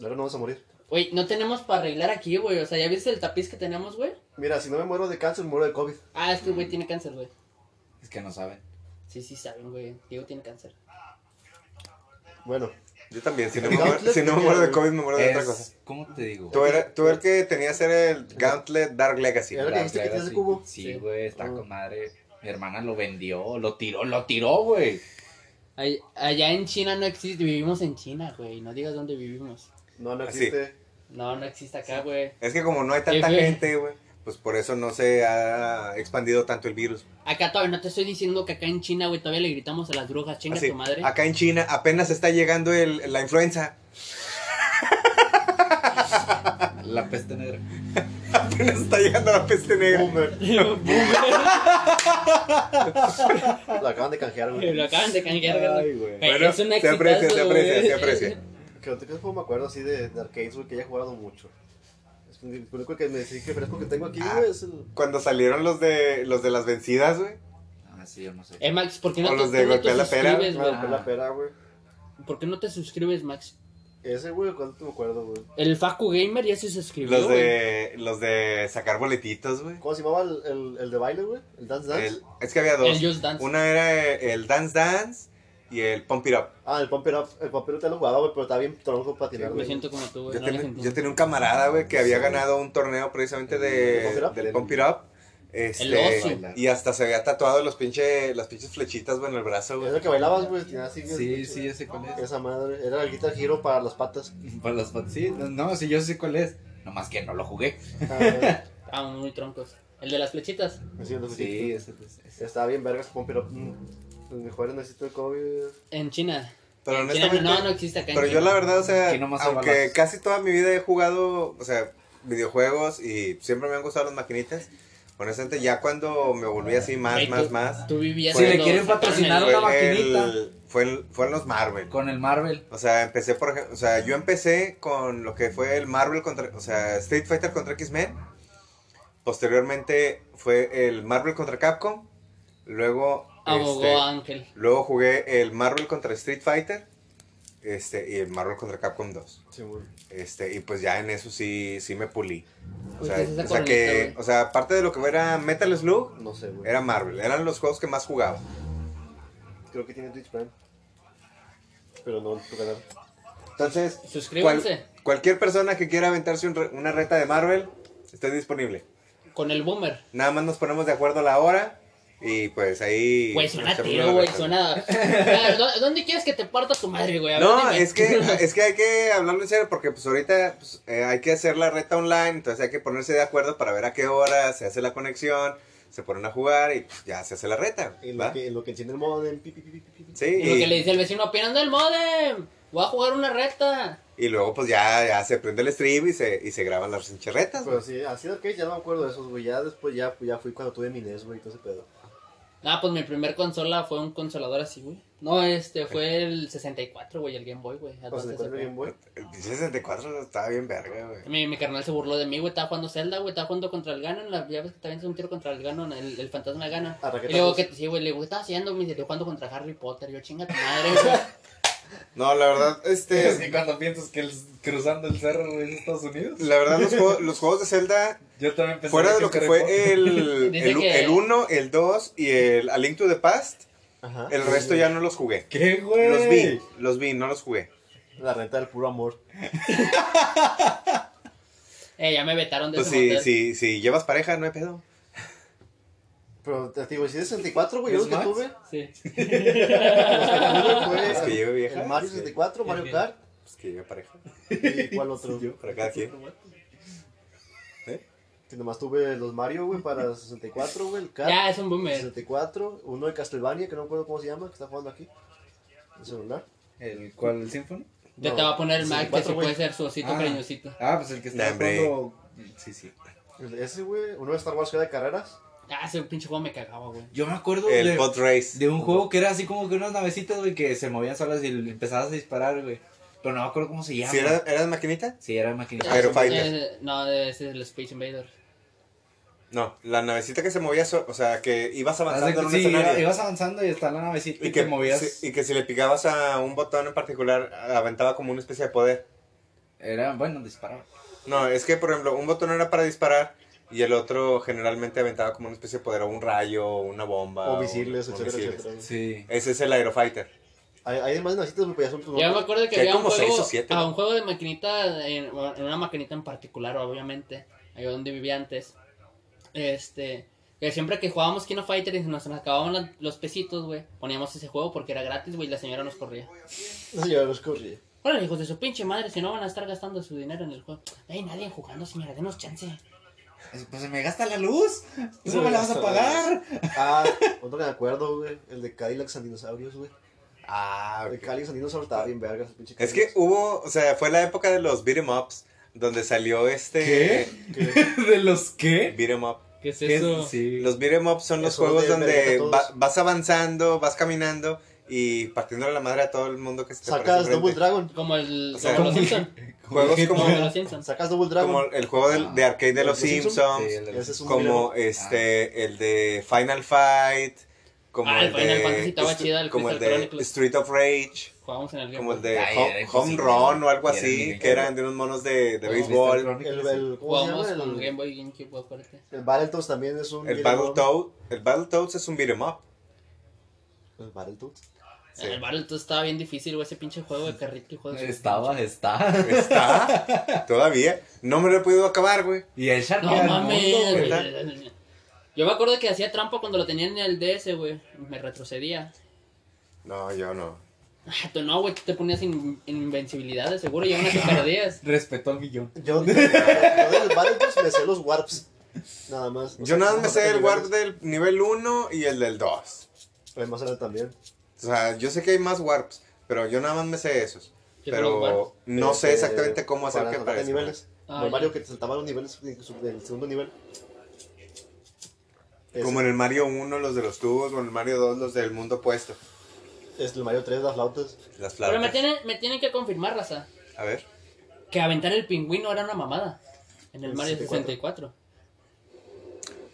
Speaker 3: Ahora no vamos a morir.
Speaker 1: Güey, no tenemos para arreglar aquí, güey. O sea, ¿ya viste el tapiz que tenemos, güey?
Speaker 3: Mira, si no me muero de cáncer, me muero de COVID.
Speaker 1: Ah, es que el
Speaker 4: Mm.
Speaker 1: güey tiene cáncer, güey.
Speaker 2: Es que no saben.
Speaker 1: Sí, sí, saben, güey. Diego tiene cáncer.
Speaker 3: Bueno,
Speaker 4: Yo también, si no,
Speaker 3: El
Speaker 4: me muero,
Speaker 3: Gauntlet
Speaker 4: si no me
Speaker 3: tenía,
Speaker 4: muero de
Speaker 3: güey.
Speaker 4: COVID, me muero de otra
Speaker 2: Es-
Speaker 4: cosa.
Speaker 2: ¿Cómo te digo?
Speaker 4: Tú, era, tú el que tenías era el Gauntlet Dark Legacy.
Speaker 3: Era- que dijiste que tenías de cubo.
Speaker 1: Sí.
Speaker 2: Sí, güey, está
Speaker 3: Ah.
Speaker 2: con madre. Mi hermana lo vendió, lo tiró, lo tiró, güey.
Speaker 1: Ay- Allá en China no existe, vivimos en China, güey. No digas dónde vivimos.
Speaker 3: No, no
Speaker 4: Así.
Speaker 3: existe.
Speaker 1: No, no existe acá, güey.
Speaker 4: Es que como no hay tanta
Speaker 1: Sí, güey.
Speaker 4: gente, güey, pues por eso no se ha expandido tanto el virus.
Speaker 1: Acá todavía no te estoy diciendo que acá en China, güey, todavía le gritamos a las brujas, chinga
Speaker 4: Así,
Speaker 1: tu madre.
Speaker 4: Acá en China apenas está llegando el- la influenza.
Speaker 2: La peste negra.
Speaker 4: Apenas está llegando la peste negra.
Speaker 3: Boomer.
Speaker 1: Boomer.
Speaker 3: Lo acaban de canjear, güey.
Speaker 1: Lo acaban de canjear, güey.
Speaker 3: Ay, güey.
Speaker 1: Güey,
Speaker 4: Bueno,
Speaker 1: es un
Speaker 4: se aprecia, se
Speaker 1: exitazo,
Speaker 4: aprecia,
Speaker 1: güey.
Speaker 4: se aprecia.
Speaker 3: Que no te creas, pues, me acuerdo así de, de arcades, güey, que he jugado mucho. Es que el único que me decís que fresco que tengo aquí,
Speaker 4: Ah.
Speaker 3: güey, es el.
Speaker 4: Cuando salieron los de los de las vencidas, güey.
Speaker 2: Ah, sí, yo no sé.
Speaker 1: Eh, Max, ¿por qué
Speaker 4: O
Speaker 1: no,
Speaker 4: los
Speaker 1: te,
Speaker 4: de
Speaker 1: tú no te
Speaker 4: golpear la pera. ah.
Speaker 1: suscribes,
Speaker 3: Me
Speaker 1: güey?
Speaker 3: rompió la pera, güey.
Speaker 1: ¿Por qué no te suscribes, Max?
Speaker 3: Ese, güey, ¿cuánto me acuerdo, güey?
Speaker 1: El Facu Gamer ya se suscribió,
Speaker 4: Los
Speaker 1: güey.
Speaker 4: de los de sacar boletitos, güey.
Speaker 3: ¿Cómo se llamaba el, el, el de baile, güey? El Dance Dance.
Speaker 4: El- Es que había
Speaker 1: El
Speaker 4: dos.
Speaker 1: Just Dance.
Speaker 4: Una era eh, el Dance Dance y el Pump It Up.
Speaker 3: Ah, el Pump It Up. El Pump It Up te lo jugaba, güey, pero estaba bien tronco para tirar,
Speaker 1: Me
Speaker 3: güey.
Speaker 1: siento como tú, güey.
Speaker 4: Yo,
Speaker 1: No
Speaker 4: ten-
Speaker 1: les entiendo.
Speaker 4: yo tenía un camarada, güey, que había ganado un torneo precisamente de,
Speaker 3: ¿El Pump It Up?
Speaker 4: del Pump It Up. Este,
Speaker 1: El oso.
Speaker 4: y hasta se había tatuado los pinche, las pinches flechitas, güey, en el brazo,
Speaker 3: Es
Speaker 4: güey.
Speaker 3: lo que bailabas, güey. tenía así, güey,
Speaker 2: Sí,
Speaker 3: pinche-
Speaker 2: sí, yo sé cuál es.
Speaker 3: Esa madre. Era el guitar giro para las patas.
Speaker 2: Para las pat- sí, no, no, sí, yo sé cuál es. Nomás que no lo jugué.
Speaker 3: Ah,
Speaker 1: Ah, muy troncos. El de las flechitas.
Speaker 3: así lo
Speaker 2: Sí,
Speaker 3: sí.
Speaker 2: ese es. ese.
Speaker 3: Estaba bien vergas, Pump It Up. Mm. Los mejores necesito el COVID.
Speaker 1: En China.
Speaker 4: Pero
Speaker 1: En China
Speaker 4: honestamente,
Speaker 1: no, no existe acá en
Speaker 4: pero yo
Speaker 1: China.
Speaker 4: la verdad, o sea,
Speaker 2: Aquí nomás hay
Speaker 4: aunque
Speaker 2: balazos.
Speaker 4: casi toda mi vida he jugado, o sea, videojuegos y siempre me han gustado las maquinitas, honestamente ya cuando me volví así más,
Speaker 1: Güey,
Speaker 4: más,
Speaker 1: tú-
Speaker 4: más,
Speaker 1: Tú vivías
Speaker 4: Si le
Speaker 1: cuando
Speaker 2: quieren
Speaker 1: sacaron
Speaker 2: patrocinar
Speaker 1: el-
Speaker 4: fue,
Speaker 2: una maquinita.
Speaker 4: el, fue, el- fue en los Marvel.
Speaker 2: Con el Marvel.
Speaker 4: O sea, empecé por ejemplo, o sea, yo empecé con lo que fue el Marvel contra, o sea, Street Fighter contra X-Men. Posteriormente fue el Marvel contra Capcom. Luego
Speaker 1: Abogó
Speaker 4: este,
Speaker 1: a Ángel.
Speaker 4: luego jugué el Marvel contra Street Fighter. Este y el Marvel contra Capcom 2.
Speaker 3: Sí, güey.
Speaker 4: Este, y pues ya en eso sí sí me pulí. O
Speaker 1: Uy,
Speaker 4: sea,
Speaker 1: ¿qué es esa
Speaker 4: o sea
Speaker 1: coronita,
Speaker 4: que
Speaker 1: güey?
Speaker 4: o sea, aparte de lo que era Metal Slug,
Speaker 3: No sé, güey.
Speaker 4: era Marvel, eran los juegos que más jugaba.
Speaker 3: Creo que tiene Twitch Prime. Pero no en tu canal. Entonces,
Speaker 4: Cual-
Speaker 1: Suscríbanse.
Speaker 4: cualquier persona que quiera aventarse un re- una reta de Marvel, estoy disponible.
Speaker 1: Con el boomer.
Speaker 4: Nada más nos ponemos de acuerdo a la hora y pues ahí...
Speaker 1: Güey, suena
Speaker 4: hacemos
Speaker 1: tiro,
Speaker 4: una
Speaker 1: güey,
Speaker 4: reta.
Speaker 1: suena... Ah, ¿dó- ¿Dónde quieres que te parta tu madre, güey? A ver,
Speaker 4: No,
Speaker 1: dime.
Speaker 4: es que, es que hay que hablarlo en serio porque pues ahorita pues, eh, hay que hacer la reta online, entonces hay que ponerse de acuerdo para ver a qué hora se hace la conexión, se ponen a jugar y pues, ya se hace la reta.
Speaker 3: en
Speaker 4: ¿va?
Speaker 3: lo que, en lo que enciende el modem. Pi, pi, pi, pi, pi, pi.
Speaker 4: Sí,
Speaker 1: Y lo que le
Speaker 4: y,
Speaker 1: dice el vecino, apenas del modem. Voy a jugar una reta.
Speaker 4: y luego pues ya, ya se prende el stream y se, y se graban las pinches retas.
Speaker 2: Pues,
Speaker 3: Pero sí, así de arcade ya no me acuerdo de esos, güey. Ya después ya, ya fui cuando tuve mi NES, güey, y todo ese pedo.
Speaker 1: Ah, pues mi primer consola fue un consolador así, güey. No, este, fue el 64, güey, el Game Boy, güey.
Speaker 3: O sea,
Speaker 1: Advance
Speaker 3: me acuerdo
Speaker 1: SP.
Speaker 3: bien, güey.
Speaker 4: El pinche 64 estaba bien verga, güey.
Speaker 1: Mi, mi carnal se burló de mí, güey. Estaba jugando Zelda, güey. Estaba jugando contra el Ganon. La, ya ves que también es un tiro contra el Ganon, el, el fantasma de Ganon.
Speaker 3: Ah,
Speaker 1: Y
Speaker 3: raquetazos.
Speaker 1: luego que sí, güey, le digo, ¿qué estás haciendo? Me dice, estoy jugando contra Harry Potter. Yo, chinga tu madre, güey.
Speaker 4: No, la verdad, este...
Speaker 2: Es que cuando piensas que el- cruzando el cerro es Estados Unidos.
Speaker 4: La verdad, los, juego- los juegos de Zelda,
Speaker 2: Yo también pensé
Speaker 4: fuera de lo que fue eh, el,
Speaker 1: Dice
Speaker 4: el,
Speaker 1: que-
Speaker 4: el 1, el 2 y el A Link to the Past,
Speaker 3: Ajá.
Speaker 4: el resto ya no los jugué.
Speaker 2: ¿Qué, Ah. güey?
Speaker 4: Los vi, los vi, no los jugué.
Speaker 3: La renta del puro amor.
Speaker 1: Eh, ya me vetaron de
Speaker 4: Pues
Speaker 1: ese
Speaker 4: si,
Speaker 1: motel.
Speaker 4: si, si llevas pareja, no hay pedo.
Speaker 3: Pero te digo, si de 64, güey, yo
Speaker 2: ¿Es
Speaker 3: lo que
Speaker 2: más?
Speaker 3: tuve.
Speaker 1: Sí.
Speaker 3: Uno fue
Speaker 4: Ah, Es que
Speaker 3: el-
Speaker 4: lleve vieja.
Speaker 3: el Mario 64, Mario Kart.
Speaker 4: Pues que lleve pareja.
Speaker 3: ¿Y cuál otro?
Speaker 4: Para cada quien.
Speaker 3: Que nomás tuve los Mario, güey, para 64, güey, el Kart.
Speaker 1: Ya, es un boomer.
Speaker 3: 64, uno de Castlevania, que no me acuerdo cómo se llama, que está jugando aquí. El celular.
Speaker 2: ¿El cuál? ¿El Symphony?
Speaker 1: Ya
Speaker 3: No,
Speaker 1: te va a poner el Mac, que
Speaker 3: 64,
Speaker 1: sí puede
Speaker 3: güey.
Speaker 1: ser su osito
Speaker 2: Ah.
Speaker 1: cariñosito.
Speaker 2: Ah, pues el que
Speaker 4: Nah,
Speaker 2: está
Speaker 4: hombre.
Speaker 2: jugando. Sí, sí.
Speaker 3: El- Ese, güey, uno de Star Wars que era de carreras. Ah,
Speaker 1: Ah, ese pinche juego me cagaba, güey.
Speaker 2: Yo me acuerdo
Speaker 4: El
Speaker 2: de,
Speaker 4: Pot Race.
Speaker 2: de un juego que era así como que unas navecitas, güey, que se movían solas y empezabas a disparar, güey. Pero no me acuerdo cómo se llama.
Speaker 4: ¿Si era, era de maquinita?
Speaker 2: Sí, era maquinita.
Speaker 4: Aero Fighter.
Speaker 1: Eh, no, ese es el Space Invader.
Speaker 4: No, la navecita que se movía, so- o sea, que ibas avanzando en un
Speaker 2: Sí,
Speaker 4: escenario.
Speaker 2: ibas avanzando y está la navecita y,
Speaker 4: Y
Speaker 2: te
Speaker 4: que,
Speaker 2: movías.
Speaker 4: si- y que si le picabas a un botón en particular, aventaba como una especie de poder.
Speaker 2: Era, bueno, disparaba.
Speaker 4: No, es que, por ejemplo, un botón era para disparar y el otro generalmente aventaba como una especie de poder, o un rayo, o una bomba.
Speaker 3: O misiles,
Speaker 4: o
Speaker 3: etcétera,
Speaker 4: misiles.
Speaker 3: etcétera.
Speaker 2: Sí.
Speaker 4: Ese es el Aerofighter.
Speaker 3: Hay, hay demás nacitas, güey, pero ya son tus
Speaker 1: Yo me
Speaker 3: nombres.
Speaker 1: acuerdo que
Speaker 4: Que hay
Speaker 1: había un
Speaker 4: como seis
Speaker 1: juego,
Speaker 4: o siete,
Speaker 1: ah,
Speaker 4: ¿no?
Speaker 1: un juego de maquinita, en, en una maquinita en particular, obviamente, ahí donde vivía antes. Este, Que siempre que jugábamos Kino Fighter y nos nos acababan la- los pesitos, güey, poníamos ese juego porque era gratis, güey, y la señora nos corría.
Speaker 3: No, yo los corrí.
Speaker 1: Bueno, hijos de su pinche madre, si no van a estar gastando su dinero en el juego. Hay nadie jugando, señora, denos chance.
Speaker 2: Es- Pues se me gasta la luz.
Speaker 3: Se
Speaker 2: Tú no
Speaker 3: me
Speaker 2: me la vas a
Speaker 3: gasta la
Speaker 2: pagar.
Speaker 3: Ah, otro que me acuerdo, güey. El de Cadillacs and Dinosaurios, güey.
Speaker 4: Ah,
Speaker 3: El de Cadillacs and Dinosaurios estaba bien verga. ese pinche
Speaker 4: Es que hubo, o sea, fue la época de los beat em ups, donde salió este
Speaker 3: Cadillacs.
Speaker 2: ¿De los qué?
Speaker 4: beat em up.
Speaker 1: ¿Qué es
Speaker 2: ¿Qué es?
Speaker 1: eso?
Speaker 2: Sí.
Speaker 4: Los beat em ups son los
Speaker 3: Esos
Speaker 4: juegos
Speaker 3: de
Speaker 4: donde
Speaker 3: verga
Speaker 4: va-
Speaker 3: todos.
Speaker 4: vas avanzando, vas caminando y partiendo la madre a todo el mundo que se te
Speaker 3: Sacas
Speaker 4: aparece
Speaker 3: Double
Speaker 4: enfrente.
Speaker 3: Dragon.
Speaker 1: Como el.
Speaker 4: O sea,
Speaker 1: como los Simpson.
Speaker 4: Juegos
Speaker 2: Hitman.
Speaker 1: Como
Speaker 4: como-
Speaker 1: los Simpson.
Speaker 3: Sacas Double Dragon. Ah,
Speaker 4: Como el juego del- de arcade de los
Speaker 3: ¿Los Simpsons? Ah.
Speaker 4: Simpsons,
Speaker 2: Sí, el de los-
Speaker 3: Ese es un
Speaker 4: como este, el de Final Fight, como
Speaker 1: Ah, el
Speaker 4: el
Speaker 1: Final Fantasy
Speaker 4: de,
Speaker 1: estaba chido, el
Speaker 4: como el
Speaker 1: Crystal
Speaker 4: de
Speaker 1: Chronicles.
Speaker 4: Street of Rage,
Speaker 1: Jugábamos en el
Speaker 4: como
Speaker 1: Game
Speaker 4: el
Speaker 1: Boy.
Speaker 4: de
Speaker 2: Ay,
Speaker 4: Ho-
Speaker 2: era
Speaker 4: Home
Speaker 2: imposible.
Speaker 4: Run o algo
Speaker 2: Y era
Speaker 4: así,
Speaker 2: Miguel.
Speaker 4: que eran de unos monos de, de
Speaker 2: Ah,
Speaker 4: béisbol.
Speaker 3: El, el, ¿Cómo se
Speaker 1: Jugábamos
Speaker 3: llama?
Speaker 1: con el Game
Speaker 3: El,
Speaker 1: Boy y GameCube, acuérdate.
Speaker 3: el Battletoads también es un.
Speaker 4: El
Speaker 3: beat 'em up.
Speaker 4: Battletoads, el Battletoads es un beat 'em up.
Speaker 3: El Battletoads.
Speaker 4: Sí.
Speaker 1: En el Battletoads estaba bien difícil, güey, ese pinche juego de carrito y juego de.
Speaker 2: Estaba, está.
Speaker 4: Está todavía. No me lo he podido acabar, güey.
Speaker 2: Y el Shark
Speaker 1: No
Speaker 2: era el
Speaker 1: mames.
Speaker 2: mundo, güey.
Speaker 1: güey. Yo me acuerdo que hacía trampa cuando lo tenía en el DS, güey. Me retrocedía.
Speaker 4: No, yo no.
Speaker 1: Ah, Tú no, güey, tú te ponías in- invencibilidad de seguro y aún así perdías.
Speaker 2: Respetó al millón.
Speaker 3: Yo, yo del Battletoads me sé los warps. Nada más. O
Speaker 4: Yo
Speaker 3: sea,
Speaker 4: nada más me sé
Speaker 3: ataques
Speaker 4: el guard
Speaker 3: niveles.
Speaker 4: del nivel 1 y el del 2.
Speaker 3: Pero más era también.
Speaker 4: O sea, yo sé que hay más warps, pero yo nada más me sé esos.
Speaker 1: Yo sé los warps.
Speaker 4: Pero no sé
Speaker 3: Eh,
Speaker 4: exactamente cómo hacer
Speaker 3: para
Speaker 4: que
Speaker 3: saltar de
Speaker 4: aparezca.
Speaker 3: niveles.
Speaker 1: Ah,
Speaker 3: Como el
Speaker 1: ya.
Speaker 3: Mario que te saltaba los niveles eh, del segundo nivel. Es,
Speaker 4: Como en el Mario 1 los de los tubos, o en el Mario 2 los del mundo opuesto.
Speaker 3: es el Mario 3, las flautas.
Speaker 4: Las
Speaker 1: Pero me
Speaker 4: flautas.
Speaker 1: tienen, me tienen que confirmar, raza,
Speaker 4: A ver.
Speaker 1: que aventar el pingüino era una mamada. En el
Speaker 3: El
Speaker 1: Mario 64.
Speaker 3: 64.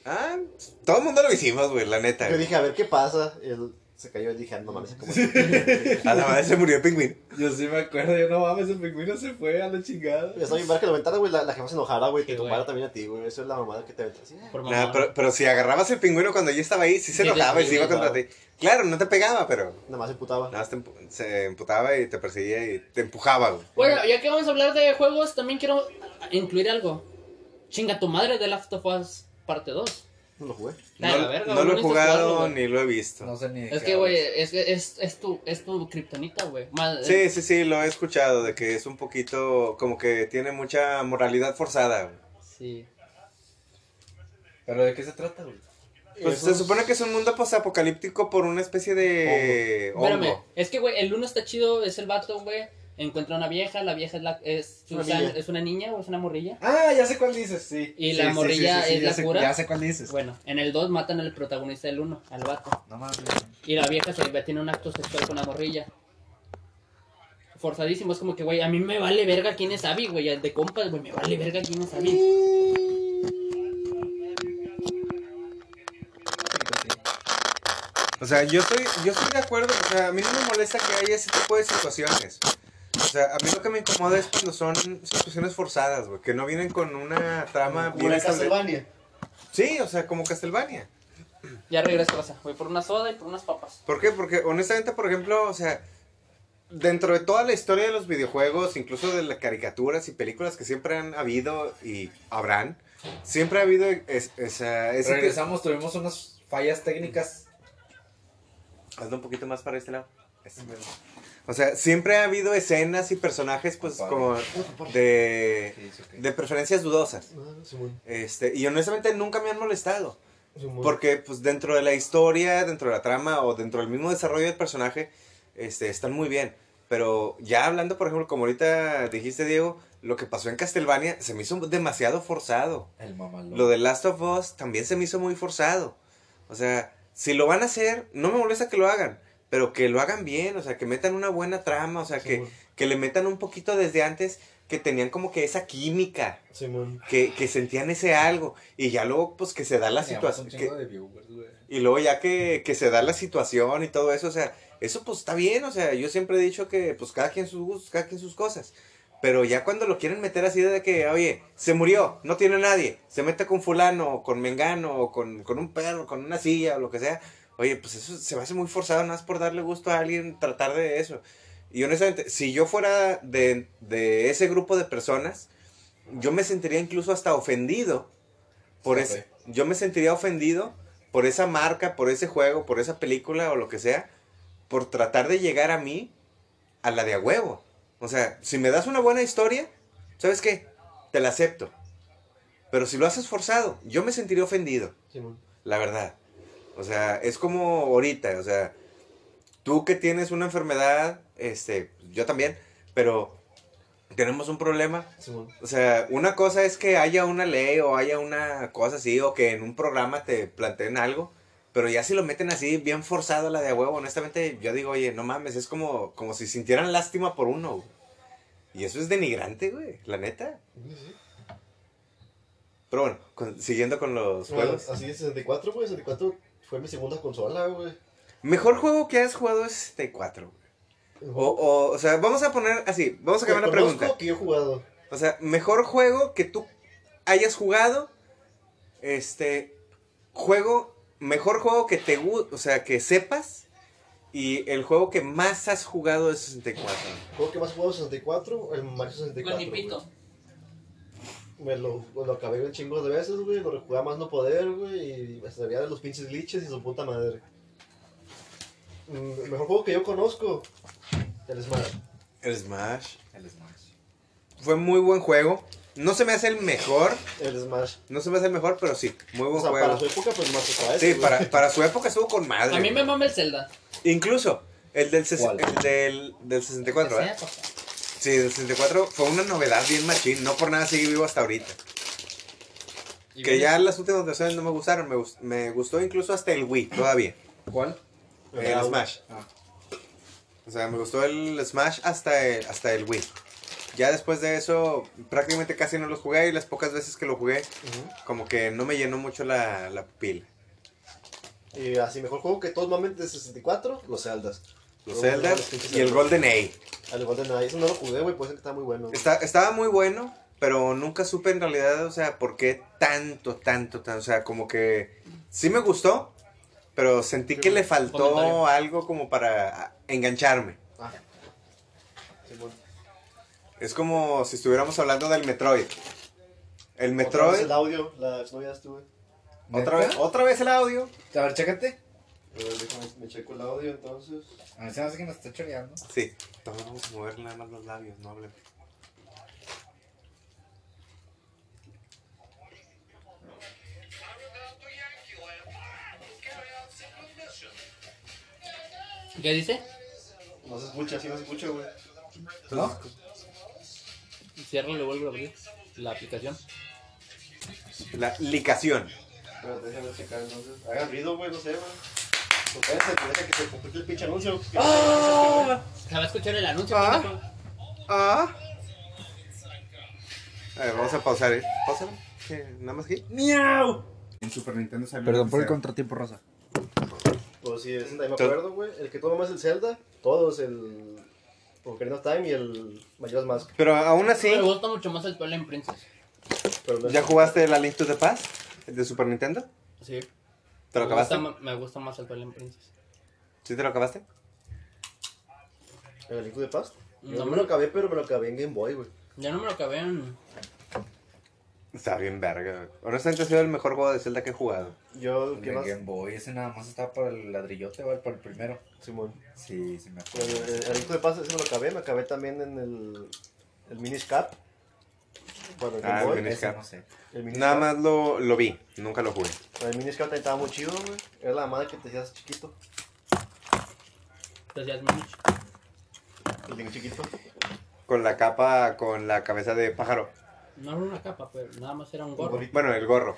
Speaker 4: Ah, todo el mundo lo hicimos, güey, la neta.
Speaker 3: Yo
Speaker 4: güey.
Speaker 3: dije, a ver qué pasa. Él se cayó y dije, ah, no mames, como.
Speaker 4: A la madre se murió el pingüino.
Speaker 2: Yo sí me acuerdo, yo no mames, el pingüino se fue a la chingada.
Speaker 3: Está bien ver que lo aventara, güey. La, la jefa se enojara, güey.
Speaker 1: Sí,
Speaker 3: Te
Speaker 1: güey.
Speaker 3: tumbara también a ti, güey. Eso es la mamada que te aventara. Sí, eh.
Speaker 1: Por mamada.
Speaker 4: Nah, pero, pero si agarrabas el pingüino cuando yo estaba ahí, sí se
Speaker 1: Sí,
Speaker 4: enojaba y
Speaker 1: sí,
Speaker 4: se iba
Speaker 1: sí,
Speaker 4: contra ti.
Speaker 3: claro.
Speaker 4: Claro, no te pegaba, pero
Speaker 3: Nada más se putaba.
Speaker 4: nada más te empu- se emputaba y te perseguía y te empujaba, güey.
Speaker 1: Bueno, ya que vamos a hablar de juegos, también quiero incluir algo. Chinga tu madre de Last of Us parte 2.
Speaker 3: No lo jugué.
Speaker 1: Nah,
Speaker 4: No,
Speaker 1: la verga, güey,
Speaker 4: no lo
Speaker 1: no
Speaker 4: he
Speaker 1: necesitas jugarlo,
Speaker 4: jugado
Speaker 1: güey.
Speaker 4: ni lo he visto.
Speaker 2: No sé ni de
Speaker 1: Es
Speaker 2: qué
Speaker 1: que, güey,
Speaker 2: hablas.
Speaker 1: es, que es, es tu, es tu kriptonita, güey. Mal-
Speaker 4: Sí, sí, sí, lo he escuchado, de que es un poquito, como que tiene mucha moralidad forzada. güey.
Speaker 1: sí.
Speaker 2: ¿Pero de qué se trata, güey?
Speaker 4: Pues se supone que es un mundo posapocalíptico por una especie de
Speaker 1: Espérame,
Speaker 4: hongo.
Speaker 1: es que, güey, el uno está chido, es el vato, güey. Encuentra una vieja, la vieja es, la, es,
Speaker 3: Una
Speaker 1: Susan-
Speaker 3: niña.
Speaker 1: es una niña o es una morrilla.
Speaker 2: Ah, ya sé cuál dices, sí.
Speaker 1: Y
Speaker 2: Sí,
Speaker 1: la
Speaker 2: sí, sí,
Speaker 1: morrilla es
Speaker 2: ya
Speaker 1: la
Speaker 2: sé-
Speaker 1: cura.
Speaker 2: Ya sé cuál dices.
Speaker 1: Bueno, en el 2 matan al protagonista del 1, al vato.
Speaker 2: No mames.
Speaker 1: Y la vieja se ve, tiene un acto sexual con la morrilla. Forzadísimo, es como que, güey, a mí me vale verga quién es Abby, güey. al De compas, güey, me vale verga quién es Abby.
Speaker 4: O sea, yo estoy, yo estoy de acuerdo, o sea, a mí no me molesta que haya ese tipo de situaciones. O sea, a mí lo que me incomoda es cuando son situaciones forzadas, güey, que no vienen con una trama
Speaker 3: Como
Speaker 4: bien
Speaker 3: la
Speaker 4: establecida.
Speaker 3: Castlevania.
Speaker 4: Sí, o sea, como Castlevania.
Speaker 1: Ya regreso, raza. Voy por una soda y por unas papas.
Speaker 4: ¿Por qué? Porque honestamente, por ejemplo, o sea, dentro de toda la historia de los videojuegos, incluso de las caricaturas y películas que siempre han habido y habrán, siempre ha habido es- esa- ese-
Speaker 2: Regresamos, tuvimos unas fallas técnicas.
Speaker 4: Hazlo un poquito más para este lado. Este. O sea, siempre ha habido escenas y personajes, pues,
Speaker 2: Vale.
Speaker 4: como de, de preferencias dudosas.
Speaker 3: Ah, Simón.
Speaker 4: Este, y honestamente nunca me han molestado.
Speaker 3: Simón.
Speaker 4: Porque, pues, dentro de la historia, dentro de la trama o dentro del mismo desarrollo del personaje, este, están muy bien. Pero ya hablando, por ejemplo, como ahorita dijiste, Diego, lo que pasó en Castlevania se me hizo demasiado forzado.
Speaker 2: El mamalón.
Speaker 4: Lo de Last of Us también se me hizo muy forzado. O sea, si lo van a hacer, no me molesta que lo hagan, pero que lo hagan bien, o sea, que metan una buena trama, o sea, que,
Speaker 3: Simón.
Speaker 4: que le metan un poquito desde antes que tenían como que esa química,
Speaker 3: Simón.
Speaker 4: que, que sentían ese algo, y ya luego, pues, que se da la
Speaker 2: Teníamos
Speaker 4: situación.
Speaker 2: un
Speaker 4: que-
Speaker 2: chingo de viewers, güey.
Speaker 4: y luego ya que, que se da la situación y todo eso, o sea, eso pues está bien, o sea, yo siempre he dicho que pues cada quien sus gustos, cada quien sus cosas. Pero ya cuando lo quieren meter así de que, oye, se murió, no tiene nadie, se mete con fulano, o con mengano, o con, con un perro, con una silla, o lo que sea, oye, pues eso se me hace muy forzado, nada más por darle gusto a alguien tratar de eso. Y honestamente, si yo fuera de, de ese grupo de personas, yo me sentiría incluso hasta ofendido por
Speaker 2: Está
Speaker 4: ese, yo me sentiría ofendido por esa marca, por ese juego, por esa película o lo que sea, por tratar de llegar a mí a la de a huevo. O sea, si me das una buena historia, ¿sabes qué? Te la acepto. Pero si lo haces forzado, yo me sentiría ofendido.
Speaker 3: Simón.
Speaker 4: La verdad. O sea, es como ahorita, o sea, tú que tienes una enfermedad, este, yo también, pero tenemos un problema.
Speaker 3: Simón.
Speaker 4: O sea, una cosa es que haya una ley o haya una cosa así, o que en un programa te planteen algo, pero ya si lo meten así, bien forzado a la de a huevo, honestamente, yo digo, oye, no mames, es como, como si sintieran lástima por uno. güey. Y eso es denigrante, güey, la neta. Pero bueno, con- siguiendo con los
Speaker 3: Bueno,
Speaker 4: juegos.
Speaker 3: así de 64, güey. 64 fue mi segunda consola, güey.
Speaker 4: Mejor juego que has jugado es 64. O, o, o sea, Oh, vamos a poner así, vamos a
Speaker 3: Que
Speaker 4: cambiar la
Speaker 3: conozco,
Speaker 4: pregunta.
Speaker 3: que yo he jugado.
Speaker 4: O sea, mejor juego que tú hayas jugado, este, juego, mejor juego que te guste, o sea, que sepas, y el juego que más has jugado es 64.
Speaker 3: Juego que más he jugado 64, el Mario 64.
Speaker 1: Con mi
Speaker 3: güey.
Speaker 1: pito.
Speaker 3: Me lo, me lo acabé un chingo de veces, güey. Lo jugaba más no poder, güey. Y me sabía de los pinches glitches y su puta madre. Mm, El mejor juego que yo conozco, el Smash.
Speaker 4: El Smash.
Speaker 2: El Smash.
Speaker 4: Fue muy buen juego. No se me hace el mejor,
Speaker 3: El Smash.
Speaker 4: no se me hace el mejor, pero sí, muy buen
Speaker 3: O sea, para
Speaker 4: juego.
Speaker 3: su época, pues más otra vez.
Speaker 4: Sí, para, para su época estuvo con madre.
Speaker 1: A mí me
Speaker 4: güey.
Speaker 1: mama el Zelda.
Speaker 4: Incluso el del, ses-
Speaker 3: ¿Cuál?
Speaker 4: el del, del 64, ¿verdad?
Speaker 1: Que sea, papá.
Speaker 4: Sí, el 64 fue una novedad bien machín, no por nada sigue vivo hasta ahorita.
Speaker 1: Y
Speaker 4: Que
Speaker 1: bueno,
Speaker 4: ya las últimas versiones no me gustaron, me, gus- me gustó incluso hasta el Wii todavía,
Speaker 2: ¿Cuál?
Speaker 4: el Smash.
Speaker 2: Ah.
Speaker 4: O sea, me gustó el Smash hasta el, hasta el Wii. Ya después de eso prácticamente casi no los jugué y las pocas veces que lo jugué como que no me llenó mucho la, la pila.
Speaker 3: Y así, mejor juego que todos mamen de 64, los Zeldas.
Speaker 4: Los Zelda y el Golden Age.
Speaker 3: Al igual de nada, eso no lo jugué, güey, puede ser que está muy bueno. güey.
Speaker 4: Está- estaba muy bueno, pero nunca supe en realidad, o sea, por qué tanto, tanto, tanto. O sea, como que sí me gustó, pero sentí que le faltó
Speaker 1: Comentario.
Speaker 4: algo como para ah, engancharme.
Speaker 3: Ah. Simón.
Speaker 4: Es como si estuviéramos hablando del Metroid. El
Speaker 3: Otra vez
Speaker 4: Metroid.
Speaker 3: El audio, las novias tuve.
Speaker 4: Otra vez,
Speaker 2: ¿Neta?
Speaker 4: otra vez el audio.
Speaker 2: A ver, chécate.
Speaker 3: A ver, déjame, me checo el audio entonces.
Speaker 2: A ver, se me hace que nos está choreando.
Speaker 4: Sí. Toma, vamos a mover nada más los labios, no hablen.
Speaker 1: ¿Qué dice?
Speaker 3: No se escucha, sí no se escucha, güey.
Speaker 2: ¿No?
Speaker 1: Cierra y lo vuelvo a abrir. La aplicación.
Speaker 4: La licación.
Speaker 3: Pero déjame checar entonces. Haga ruido, güey, no sé, güey. No piensa, que deja que se complete el pinche anuncio.
Speaker 1: Se va a escuchar el anuncio.
Speaker 4: Ah.
Speaker 1: pendejo.
Speaker 4: Ah. A ver, vamos a pausar, ¿eh? Pausalo. Eh, Nada más aquí.
Speaker 2: En Super Nintendo salió.
Speaker 5: Perdón por el
Speaker 2: contratiempo, Rosa.
Speaker 3: Pues sí, ese también me acuerdo, güey. El que todo más el Zelda, todos, el Ocarina of Time y el Majora's Mask.
Speaker 4: Pero aún así.
Speaker 1: Me gusta mucho más el Twilight Princess.
Speaker 3: Pero no es-
Speaker 4: ¿Ya jugaste la Link to the Past? ¿El de Super Nintendo?
Speaker 1: Sí.
Speaker 4: ¿Te lo
Speaker 1: me, gusta,
Speaker 4: acabaste?
Speaker 1: ma- me gusta más el Twilight Princess.
Speaker 4: ¿Sí te lo acabaste?
Speaker 3: ¿El Link to the Past? Yo
Speaker 1: No
Speaker 3: no
Speaker 1: me
Speaker 3: me lo acabé, pero me lo acabé en Game Boy, güey.
Speaker 1: Ya no me lo acabé en...
Speaker 4: Está bien verga. güey. Honestamente ha sido el mejor juego de Zelda que he jugado.
Speaker 3: Yo,
Speaker 2: El
Speaker 3: ¿qué más?
Speaker 2: Game Boy, ese nada más estaba para el ladrillote, ¿vale? Para el primero. Eh,
Speaker 3: Simón.
Speaker 2: Sí, sí me
Speaker 3: El,
Speaker 2: acuerdo.
Speaker 3: el, el Link to the Past, ese me lo acabé. Me acabé también en el, el Minish Cap. Bueno, el Game
Speaker 4: Ah, el
Speaker 3: Boy.
Speaker 4: Minish-
Speaker 2: Ese no sé.
Speaker 3: el Minish
Speaker 4: Nada
Speaker 3: Cap.
Speaker 4: más lo, lo vi, nunca lo jugué.
Speaker 3: El Minish Cap también estaba muy chido, güey. Era la madre que te hacías chiquito.
Speaker 1: Te hacías Minich.
Speaker 3: El niño chiquito.
Speaker 4: Con la capa, con la cabeza de pájaro.
Speaker 1: No era una capa, pero nada más era un gorro.
Speaker 3: ¿Cómo
Speaker 4: Bueno, el gorro.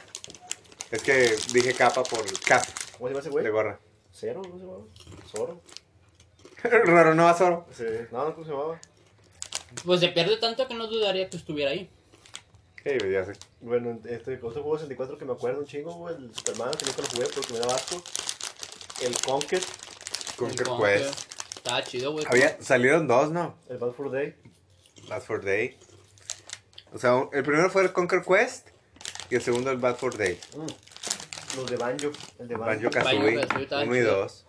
Speaker 4: Es que dije capa por cap
Speaker 3: se llama ese
Speaker 4: de
Speaker 3: güey?
Speaker 4: gorra.
Speaker 3: Cero, ¿cómo se llamaba? Zoro.
Speaker 4: Raro, no Zoro.
Speaker 3: Sí. No, no, ¿cómo se llamaba?
Speaker 1: Pues se pierde tanto que no dudaría que estuviera ahí.
Speaker 4: Sí, pues ya sé.
Speaker 3: Bueno, este, otro juego de 64 que me acuerdo un chingo, güey, el Superman, que nunca lo jugué porque me daba asco. El Conquer,
Speaker 4: Conquer
Speaker 1: El
Speaker 4: Quest.
Speaker 1: Conker. Estaba chido, güey.
Speaker 4: pues. Había, salieron dos, ¿no?
Speaker 3: el Bad for Day.
Speaker 4: Bad for Day. O sea, un- el primero fue el Conquer Quest y el segundo el Bad for Day.
Speaker 3: mm, Los de Banjo, el de Banjo.
Speaker 4: Banjo Kazooie,
Speaker 1: Banjo-Kazooie, estaba
Speaker 4: uno y
Speaker 1: chido.
Speaker 4: dos.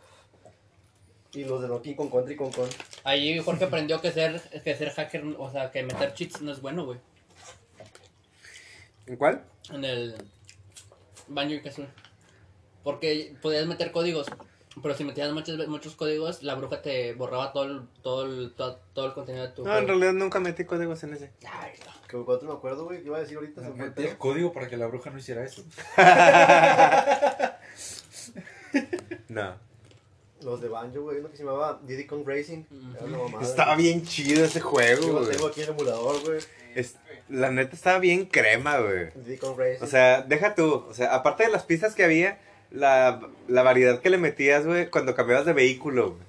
Speaker 3: Y los de Donkey Kong Country Kong Kong.
Speaker 1: Ahí Jorge aprendió que ser, que ser hacker, o sea, que meter cheats no es bueno, güey.
Speaker 4: ¿En cuál?
Speaker 1: En el Banjo y Kazooie. Porque podías meter códigos. Pero si metías muchos, muchos códigos, la bruja te borraba todo el, todo el, todo, todo el contenido de tu.
Speaker 4: No, en
Speaker 1: juego.
Speaker 4: realidad nunca metí códigos en ese.
Speaker 1: Ay, no.
Speaker 3: Que me cuatro me acuerdo, güey, que iba a decir ahorita. se me fue el
Speaker 2: Metí el
Speaker 3: pedo.
Speaker 2: código para que la bruja no hiciera eso.
Speaker 4: No.
Speaker 3: Los de Banjo, güey, uno que se llamaba Diddy Kong Racing.
Speaker 1: Mm.
Speaker 3: Era una mamada,
Speaker 4: Estaba
Speaker 3: güey.
Speaker 4: bien chido ese
Speaker 3: Yo
Speaker 4: juego,
Speaker 3: lo
Speaker 4: güey.
Speaker 3: tengo aquí en el emulador, güey.
Speaker 4: Es- la neta estaba bien crema, güey.
Speaker 3: Diddy Kong Racing.
Speaker 4: O sea, deja tú. O sea, aparte de las pistas que había, la, la variedad que le metías, güey, cuando cambiabas de vehículo, güey.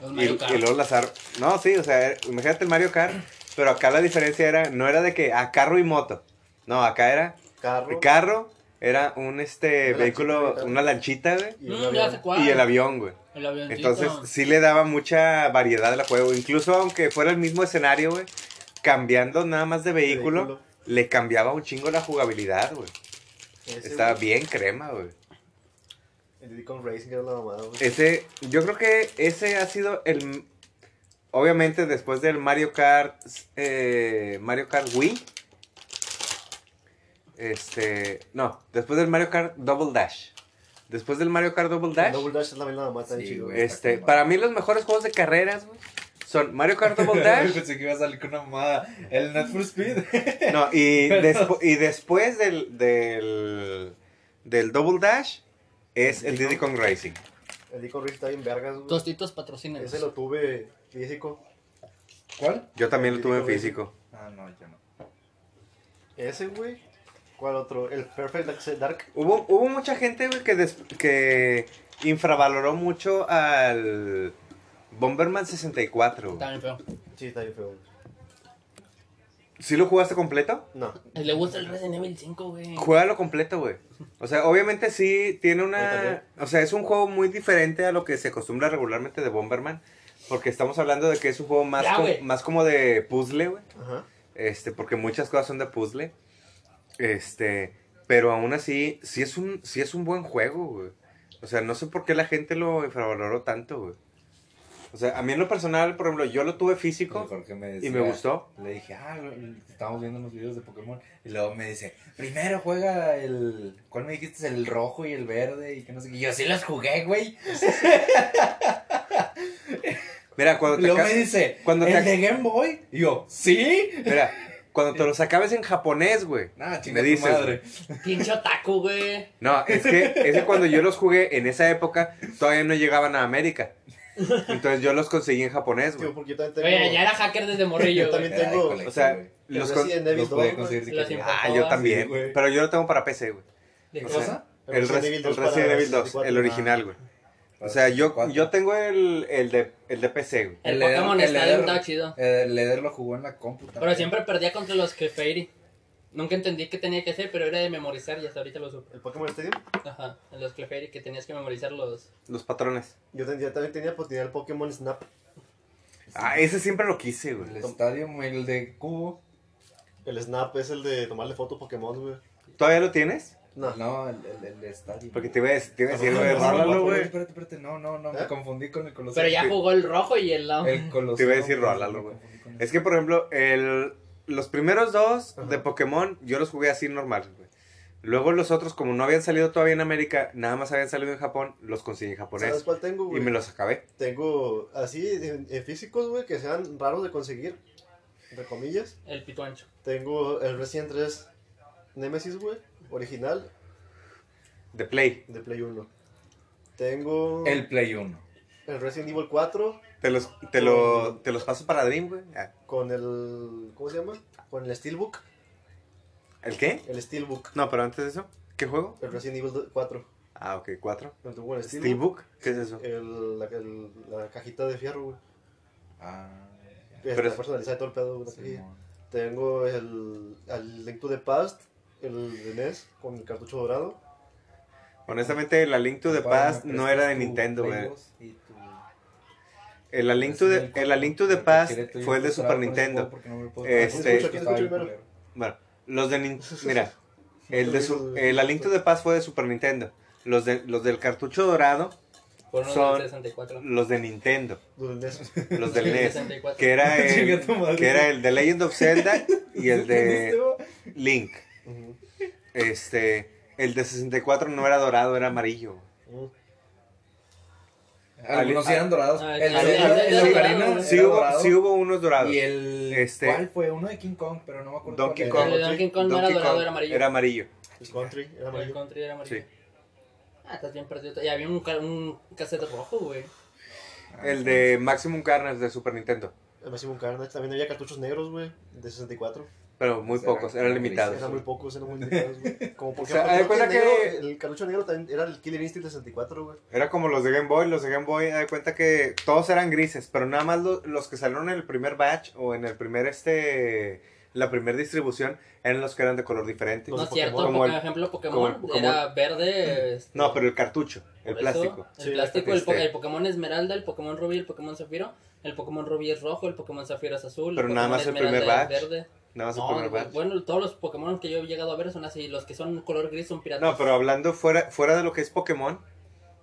Speaker 1: Los
Speaker 4: Y,
Speaker 1: Mario Kart.
Speaker 4: y luego las ar- No, sí, o sea, era- imagínate el Mario Kart. Pero acá la diferencia era, no era de que a carro y moto. No, acá era
Speaker 3: carro.
Speaker 4: carro, era un este
Speaker 3: Una
Speaker 4: vehículo,
Speaker 3: lanchita, ¿verdad?
Speaker 4: una lanchita, güey.
Speaker 3: y un
Speaker 1: Mm,
Speaker 3: avión.
Speaker 1: ya sé cuál.
Speaker 4: Y el avión, güey.
Speaker 1: El avioncito.
Speaker 4: Entonces sí le daba mucha variedad al juego. Incluso aunque fuera el mismo escenario, güey, cambiando nada más de vehículo,
Speaker 3: Vehículo.
Speaker 4: le cambiaba un chingo la jugabilidad, güey.
Speaker 3: Ese,
Speaker 4: Estaba
Speaker 3: güey.
Speaker 4: bien crema, güey.
Speaker 3: El Diddy Kong Racing era la mamada, güey.
Speaker 4: Ese, yo creo que ese ha sido el... Obviamente después del Mario Kart, eh, Mario Kart Wii. Este, no, después del Mario Kart Double Dash. Después del Mario Kart Double Dash.
Speaker 3: Double Dash es la misma mamada, tan
Speaker 2: Sí,
Speaker 3: chido,
Speaker 2: güey.
Speaker 3: güey.
Speaker 4: Este, para mí los mejores juegos de carreras, güey, son Mario Kart Double Dash.
Speaker 2: Pensé que iba a salir con una mamada. El Net for Speed.
Speaker 4: No, y, despo- y después del, del, del Double Dash es el Diddy Kong Racing.
Speaker 3: El Diddy Kong Racing está bien vergas, güey.
Speaker 1: Tostitos patrocinen.
Speaker 3: Ese lo tuve físico.
Speaker 2: ¿Cuál?
Speaker 4: Yo también lo
Speaker 3: El
Speaker 4: tuve en
Speaker 3: Diddy Kong
Speaker 4: físico.
Speaker 2: Ah, no, yo no.
Speaker 3: Ese, güey. ¿Cuál otro? El Perfect Dark- Dark.
Speaker 4: Hubo, hubo mucha gente, güey, que, des- que infravaloró mucho al Bomberman 64. güey.
Speaker 1: También feo.
Speaker 3: Sí, está bien feo. güey.
Speaker 4: ¿Sí lo jugaste completo?
Speaker 3: No.
Speaker 1: Le gusta el Resident Evil 5, güey.
Speaker 4: Juégalo completo, güey. O sea, obviamente sí tiene
Speaker 3: Ahí también.
Speaker 4: una... O sea, es un juego muy diferente a lo que se acostumbra regularmente de Bomberman. Porque estamos hablando de que es un juego más,
Speaker 1: Ya,
Speaker 4: com-
Speaker 1: güey.
Speaker 4: más como de puzzle, güey.
Speaker 3: Ajá.
Speaker 4: Este, porque muchas cosas son de puzzle. Este, pero aún así, sí es un, sí es un buen juego, güey. O sea, no sé por qué la gente lo infravaloró tanto, güey. O sea, a mí en lo personal, por ejemplo, yo lo tuve físico.
Speaker 2: Jorge me
Speaker 4: me gustó.
Speaker 2: Le dije, ah, estamos viendo unos videos de Pokémon. Y luego me dice, primero juega el. ¿Cuál me dijiste? El rojo y el verde. Y que no sé qué. Y yo sí los jugué, güey.
Speaker 4: Mira, cuando
Speaker 2: Y
Speaker 4: te,
Speaker 2: luego
Speaker 4: aca-
Speaker 2: me dice,
Speaker 4: cuando
Speaker 2: ¿el
Speaker 4: te ac-
Speaker 2: de Game Boy? Y yo, ¿sí?
Speaker 4: mira, cuando te los acabes en japonés, güey.
Speaker 2: Nah,
Speaker 4: Me
Speaker 2: chinga tu
Speaker 4: dices,
Speaker 2: madre.
Speaker 1: Pinche otaku, güey.
Speaker 4: No, es que, es que cuando yo los jugué en esa época, todavía no llegaban a América. Entonces yo los conseguí en japonés, güey.
Speaker 3: Tío, porque yo también tengo.
Speaker 1: Oye, ya era hacker desde morrillo,
Speaker 3: Yo
Speaker 1: güey.
Speaker 3: también tengo-
Speaker 2: Ay,
Speaker 4: O sea,
Speaker 2: colección,
Speaker 4: los,
Speaker 3: El
Speaker 4: con-
Speaker 3: Resident
Speaker 2: güey.
Speaker 3: Evil
Speaker 2: los
Speaker 3: 2.
Speaker 2: pude
Speaker 3: güey.
Speaker 2: conseguir si
Speaker 1: Los
Speaker 2: quería.
Speaker 1: importaba.
Speaker 4: Ah, yo también.
Speaker 2: Sí, güey.
Speaker 4: pero yo lo tengo para PC, güey.
Speaker 1: De
Speaker 4: o
Speaker 2: ¿Qué
Speaker 4: sea,
Speaker 1: cosas.
Speaker 2: cosa?
Speaker 3: El
Speaker 4: El,
Speaker 3: Resident Evil
Speaker 4: res- el
Speaker 3: 2 para
Speaker 4: Resident Evil 2,
Speaker 3: 64.
Speaker 4: el original, güey. O sea, yo, yo tengo el, el, de, el de PC, güey.
Speaker 1: El
Speaker 2: El Eder-
Speaker 1: Pokémon
Speaker 2: el
Speaker 1: Stadium
Speaker 2: Eder-
Speaker 1: estaba chido.
Speaker 2: El Eh, Leder lo jugó en la compu. también.
Speaker 1: Pero siempre perdía contra los Clefairy. Nunca entendí qué tenía que hacer, pero era de memorizar y hasta ahorita lo supe.
Speaker 3: El Pokémon Stadium.
Speaker 1: Ajá, en los Clefairy que tenías que memorizar los...
Speaker 4: Los patrones.
Speaker 3: Yo ten- yo también tenía, pues, tenía el Pokémon Snap.
Speaker 4: Ah, ese siempre lo quise,
Speaker 2: El
Speaker 4: güey.
Speaker 2: estadio, el de Cubo.
Speaker 3: El Snap es el de tomarle foto a Pokémon, güey.
Speaker 4: ¿Todavía lo tienes?
Speaker 3: No.
Speaker 2: No, el, el, el estadio. Ah,
Speaker 4: Porque te iba a decir, te iba a decir, güey,
Speaker 3: No, no, no,
Speaker 4: rólalo, güey.
Speaker 2: Espérate, espérate, no, no, no, me
Speaker 3: ¿Eh?
Speaker 2: confundí con el colosal.
Speaker 1: Pero ya jugó el rojo y el lado.
Speaker 2: El colosal.
Speaker 4: Te iba a decir, rólalo, güey. Es que, por ejemplo, el, los primeros dos de
Speaker 3: Ajá.
Speaker 4: Pokémon yo los jugué así normal, güey. Luego los otros, como no habían salido todavía en América, nada más habían salido en Japón, los conseguí en
Speaker 3: ¿Sabes
Speaker 4: japonés.
Speaker 3: cuál tengo,
Speaker 4: Y
Speaker 3: güey?
Speaker 4: me los acabé.
Speaker 3: Tengo así en, en físicos, güey, que sean raros de conseguir. Entre comillas.
Speaker 1: El pituancho.
Speaker 3: Tengo el Resident 3 Nemesis, güey. Original
Speaker 4: De Play.
Speaker 3: de Play 1. Tengo
Speaker 2: El Play 1.
Speaker 3: el Resident Evil 4
Speaker 4: Te los, te
Speaker 3: Oh.
Speaker 4: lo, te los paso para Dream, güey. Ah,
Speaker 3: con el. ¿Cómo se llama? Con el Steelbook.
Speaker 4: ¿El qué?
Speaker 3: El Steelbook.
Speaker 4: No, pero antes de eso, ¿qué juego?
Speaker 3: El Resident Evil 4.
Speaker 4: Ah, ok, cuatro.
Speaker 3: Lo tuvo con el Steelbook.
Speaker 4: Steelbook, ¿qué es
Speaker 2: Eh,
Speaker 4: eso?
Speaker 3: El, la, el- la cajita de fierro, güey.
Speaker 2: Ah.
Speaker 3: Que
Speaker 4: Pero
Speaker 3: está
Speaker 4: es-
Speaker 3: personalizada y todo el pedo, güey, la
Speaker 2: sí,
Speaker 3: cajilla. Tengo el, el Link to the Past, el de NES con el cartucho dorado.
Speaker 4: Honestamente, la Link to the
Speaker 2: Papá,
Speaker 4: Past
Speaker 2: ¿me
Speaker 4: no
Speaker 2: prestas
Speaker 4: era de
Speaker 2: tu
Speaker 4: Nintendo,
Speaker 2: Play
Speaker 4: güey.
Speaker 2: 2 y tu-
Speaker 4: El La Link to the, el La Link to the
Speaker 2: Porque
Speaker 4: Past
Speaker 2: quiere tu-
Speaker 4: fue el de
Speaker 2: yo
Speaker 4: Super
Speaker 2: estaba con ese
Speaker 4: Nintendo.
Speaker 2: juego porque no me lo puedo-
Speaker 4: Este-
Speaker 2: Escucha, escucha primero.
Speaker 4: Bueno, los de Nin- mira, el de su- el La Link to the Past fue de Super Nintendo. Los de los del cartucho dorado,
Speaker 1: Por uno
Speaker 4: Son-
Speaker 1: del 64.
Speaker 4: los de E Nintendo,
Speaker 3: Del NES.
Speaker 4: los del NES,
Speaker 1: 64.
Speaker 4: que era
Speaker 2: Chinga
Speaker 4: el,
Speaker 2: tu madre.
Speaker 4: que era el de Legend of Zelda y el
Speaker 2: ¿Entendiste,
Speaker 4: de
Speaker 2: va?
Speaker 4: Link.
Speaker 3: Ujú.
Speaker 4: Este, el de 64 no era dorado, era amarillo.
Speaker 3: Mm.
Speaker 2: Algunos
Speaker 4: Ah,
Speaker 2: eran dorados.
Speaker 1: ah,
Speaker 2: El
Speaker 1: ah,
Speaker 2: de-
Speaker 1: ah,
Speaker 2: el de
Speaker 1: ah,
Speaker 2: Ocarina
Speaker 1: ah,
Speaker 2: era
Speaker 4: Sí hubo,
Speaker 2: dorado.
Speaker 4: sí hubo unos dorados.
Speaker 2: Y el.
Speaker 4: Este-
Speaker 2: ¿Cuál fue? Uno de King Kong, pero no me acuerdo.
Speaker 4: Donkey
Speaker 2: cuál
Speaker 1: El
Speaker 2: era.
Speaker 1: de Donkey Kong no era
Speaker 4: Donkey
Speaker 1: dorado,
Speaker 4: Kong
Speaker 1: era amarillo.
Speaker 4: era amarillo.
Speaker 3: El country, era
Speaker 1: El
Speaker 3: amarillo.
Speaker 1: country era amarillo.
Speaker 4: Sí.
Speaker 1: Ah, estás bien perdido. Y había un, ca- un cassette rojo, güey.
Speaker 4: El de Maximum Carnage de Super Nintendo.
Speaker 3: El Maximum Carnage. También había cartuchos negros, güey, de 64.
Speaker 4: Pero muy
Speaker 2: Será
Speaker 4: pocos,
Speaker 2: que
Speaker 4: eran
Speaker 2: gris,
Speaker 4: limitados.
Speaker 3: Eran muy pocos, eran muy limitados, güey. Como por
Speaker 4: O sea,
Speaker 3: ejemplo,
Speaker 4: haz de
Speaker 3: el,
Speaker 4: cuenta
Speaker 3: cartucho
Speaker 4: que-
Speaker 3: negro- el cartucho negro también era el Killer Instinct de 64, güey.
Speaker 4: Era como los de Game Boy, los de Game Boy, da cuenta que todos eran grises, pero nada más lo- los que salieron en el primer batch o en el primer este la primera distribución eran los que eran de color diferente.
Speaker 3: Los
Speaker 1: No
Speaker 3: de
Speaker 1: es cierto,
Speaker 3: Pokémon.
Speaker 4: Como
Speaker 1: por
Speaker 4: el-
Speaker 1: ejemplo,
Speaker 4: como
Speaker 1: Pokémon
Speaker 4: el- como
Speaker 1: era verde. este,
Speaker 4: No, pero el cartucho, el
Speaker 1: por
Speaker 4: plástico.
Speaker 1: eso,
Speaker 3: Sí,
Speaker 1: el plástico, el, po-
Speaker 4: este.
Speaker 1: el Pokémon Esmeralda, el Pokémon Rubí, el Pokémon Zafiro. El Pokémon Rubí es rojo, el Pokémon Zafiro es azul.
Speaker 4: Pero
Speaker 1: el
Speaker 4: nada
Speaker 1: Pokémon
Speaker 4: más el
Speaker 1: Esmeralda
Speaker 4: primer
Speaker 1: es
Speaker 4: batch.
Speaker 1: verde.
Speaker 4: Nada más el
Speaker 1: No,
Speaker 4: primer
Speaker 1: güey,
Speaker 4: batch.
Speaker 1: bueno, todos los Pokémon que yo he llegado a ver son así. Los que son color gris son piratas. Ah,
Speaker 4: No, pero hablando fuera, fuera de lo que es Pokémon,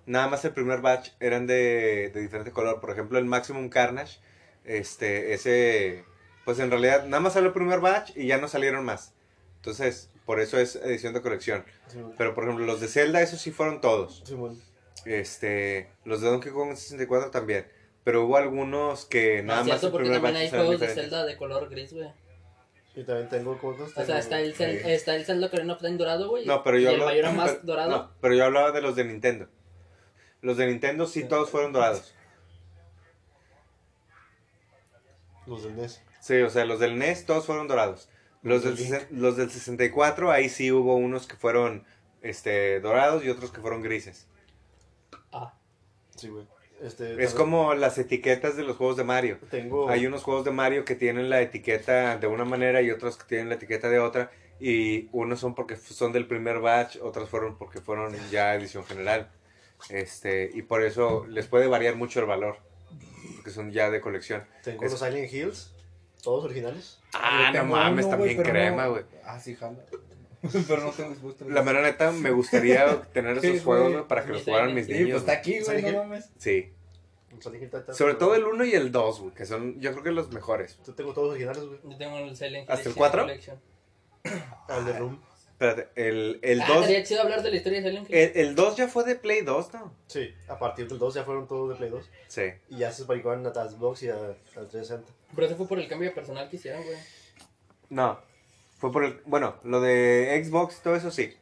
Speaker 4: nada más el primer batch eran de, de diferente color. Por ejemplo, el Maximum Carnage, este, ese, pues en realidad nada más salió el primer batch y ya no salieron más. Entonces, por eso es edición de colección.
Speaker 3: Simón.
Speaker 4: Pero por ejemplo, los de Zelda, esos sí fueron todos.
Speaker 3: Simón.
Speaker 4: Este, los de Donkey Kong 64 también. Pero hubo algunos que
Speaker 1: No
Speaker 4: nada
Speaker 1: es
Speaker 4: más
Speaker 1: Ah, cierto,
Speaker 4: el
Speaker 1: porque
Speaker 4: primer
Speaker 1: también
Speaker 4: batch
Speaker 1: hay
Speaker 4: eran
Speaker 1: juegos de
Speaker 4: diferentes.
Speaker 1: Zelda de color gris, güey.
Speaker 3: Y también tengo cosas.
Speaker 1: O sea, está el, Zel-
Speaker 4: Sí.
Speaker 1: está el Zelda Ocarina of Time dorado, güey.
Speaker 4: No, pero yo
Speaker 1: Y el
Speaker 4: hablaba-
Speaker 1: Mayor más
Speaker 4: pero-
Speaker 1: dorado.
Speaker 4: no, pero yo hablaba de los de Nintendo. Los de Nintendo sí todos fueron dorados.
Speaker 3: Los E del NES.
Speaker 4: Sí, o sea, los del NES todos fueron dorados. Los del, sesen- los del 64, ahí sí hubo unos que fueron este, dorados y otros que fueron grises.
Speaker 1: Ah,
Speaker 3: Sí, güey. Este,
Speaker 4: Es como las etiquetas de los juegos de Mario.
Speaker 3: Tengo.
Speaker 4: Hay unos juegos de Mario que tienen la etiqueta de una manera y otros que tienen la etiqueta de otra. Y unos son porque f- son del primer batch, otros fueron porque fueron ya edición general. Este, y por eso les puede variar mucho el valor. Porque son ya de colección.
Speaker 3: Tengo
Speaker 4: Es-
Speaker 3: los Silent Hills, todos originales.
Speaker 4: Ah,
Speaker 2: Yo
Speaker 4: no
Speaker 2: tengo
Speaker 4: mames,
Speaker 2: uno,
Speaker 4: también
Speaker 2: güey, pero
Speaker 4: crema,
Speaker 2: no-
Speaker 4: güey.
Speaker 2: Ah, sí, jala. pero no tengo expuesto.
Speaker 4: La mera neta, me gustaría tener esos
Speaker 2: Sí,
Speaker 4: juegos
Speaker 2: güey.
Speaker 4: güey, para que los
Speaker 1: Sí,
Speaker 4: jugaran
Speaker 1: sí,
Speaker 4: mis
Speaker 1: sí,
Speaker 2: Sí, pues
Speaker 4: niños.
Speaker 2: está
Speaker 4: güey.
Speaker 2: aquí, güey,
Speaker 3: ¿Sale
Speaker 2: no
Speaker 3: qué?
Speaker 2: mames.
Speaker 4: Sí.
Speaker 3: Los Silent Hill está- está-
Speaker 4: Sobre todo el 1 y el 2, güey, que son yo creo que los mejores.
Speaker 3: Yo tengo todos originales, güey.
Speaker 1: yo tengo el Silent
Speaker 4: ¿Hasta el
Speaker 1: Hill
Speaker 4: cuatro?
Speaker 1: Collection.
Speaker 3: Al
Speaker 4: Ah.
Speaker 3: de Room.
Speaker 4: Espérate, el 2 el
Speaker 1: Ah,
Speaker 4: dos- Eh,
Speaker 1: estaría chido hablar de la historia de Silent Hill.
Speaker 4: el, el dos ya fue de Play 2, ¿no?
Speaker 3: Sí, a partir del 2 ya fueron todos de Play 2.
Speaker 4: Sí.
Speaker 3: Y ya se esparicaron a Xbox y a, al 360.
Speaker 1: Pero eso fue por el cambio de personal que hicieron, güey.
Speaker 4: No. Fue por el. Bueno, lo de Xbox, todo eso sí.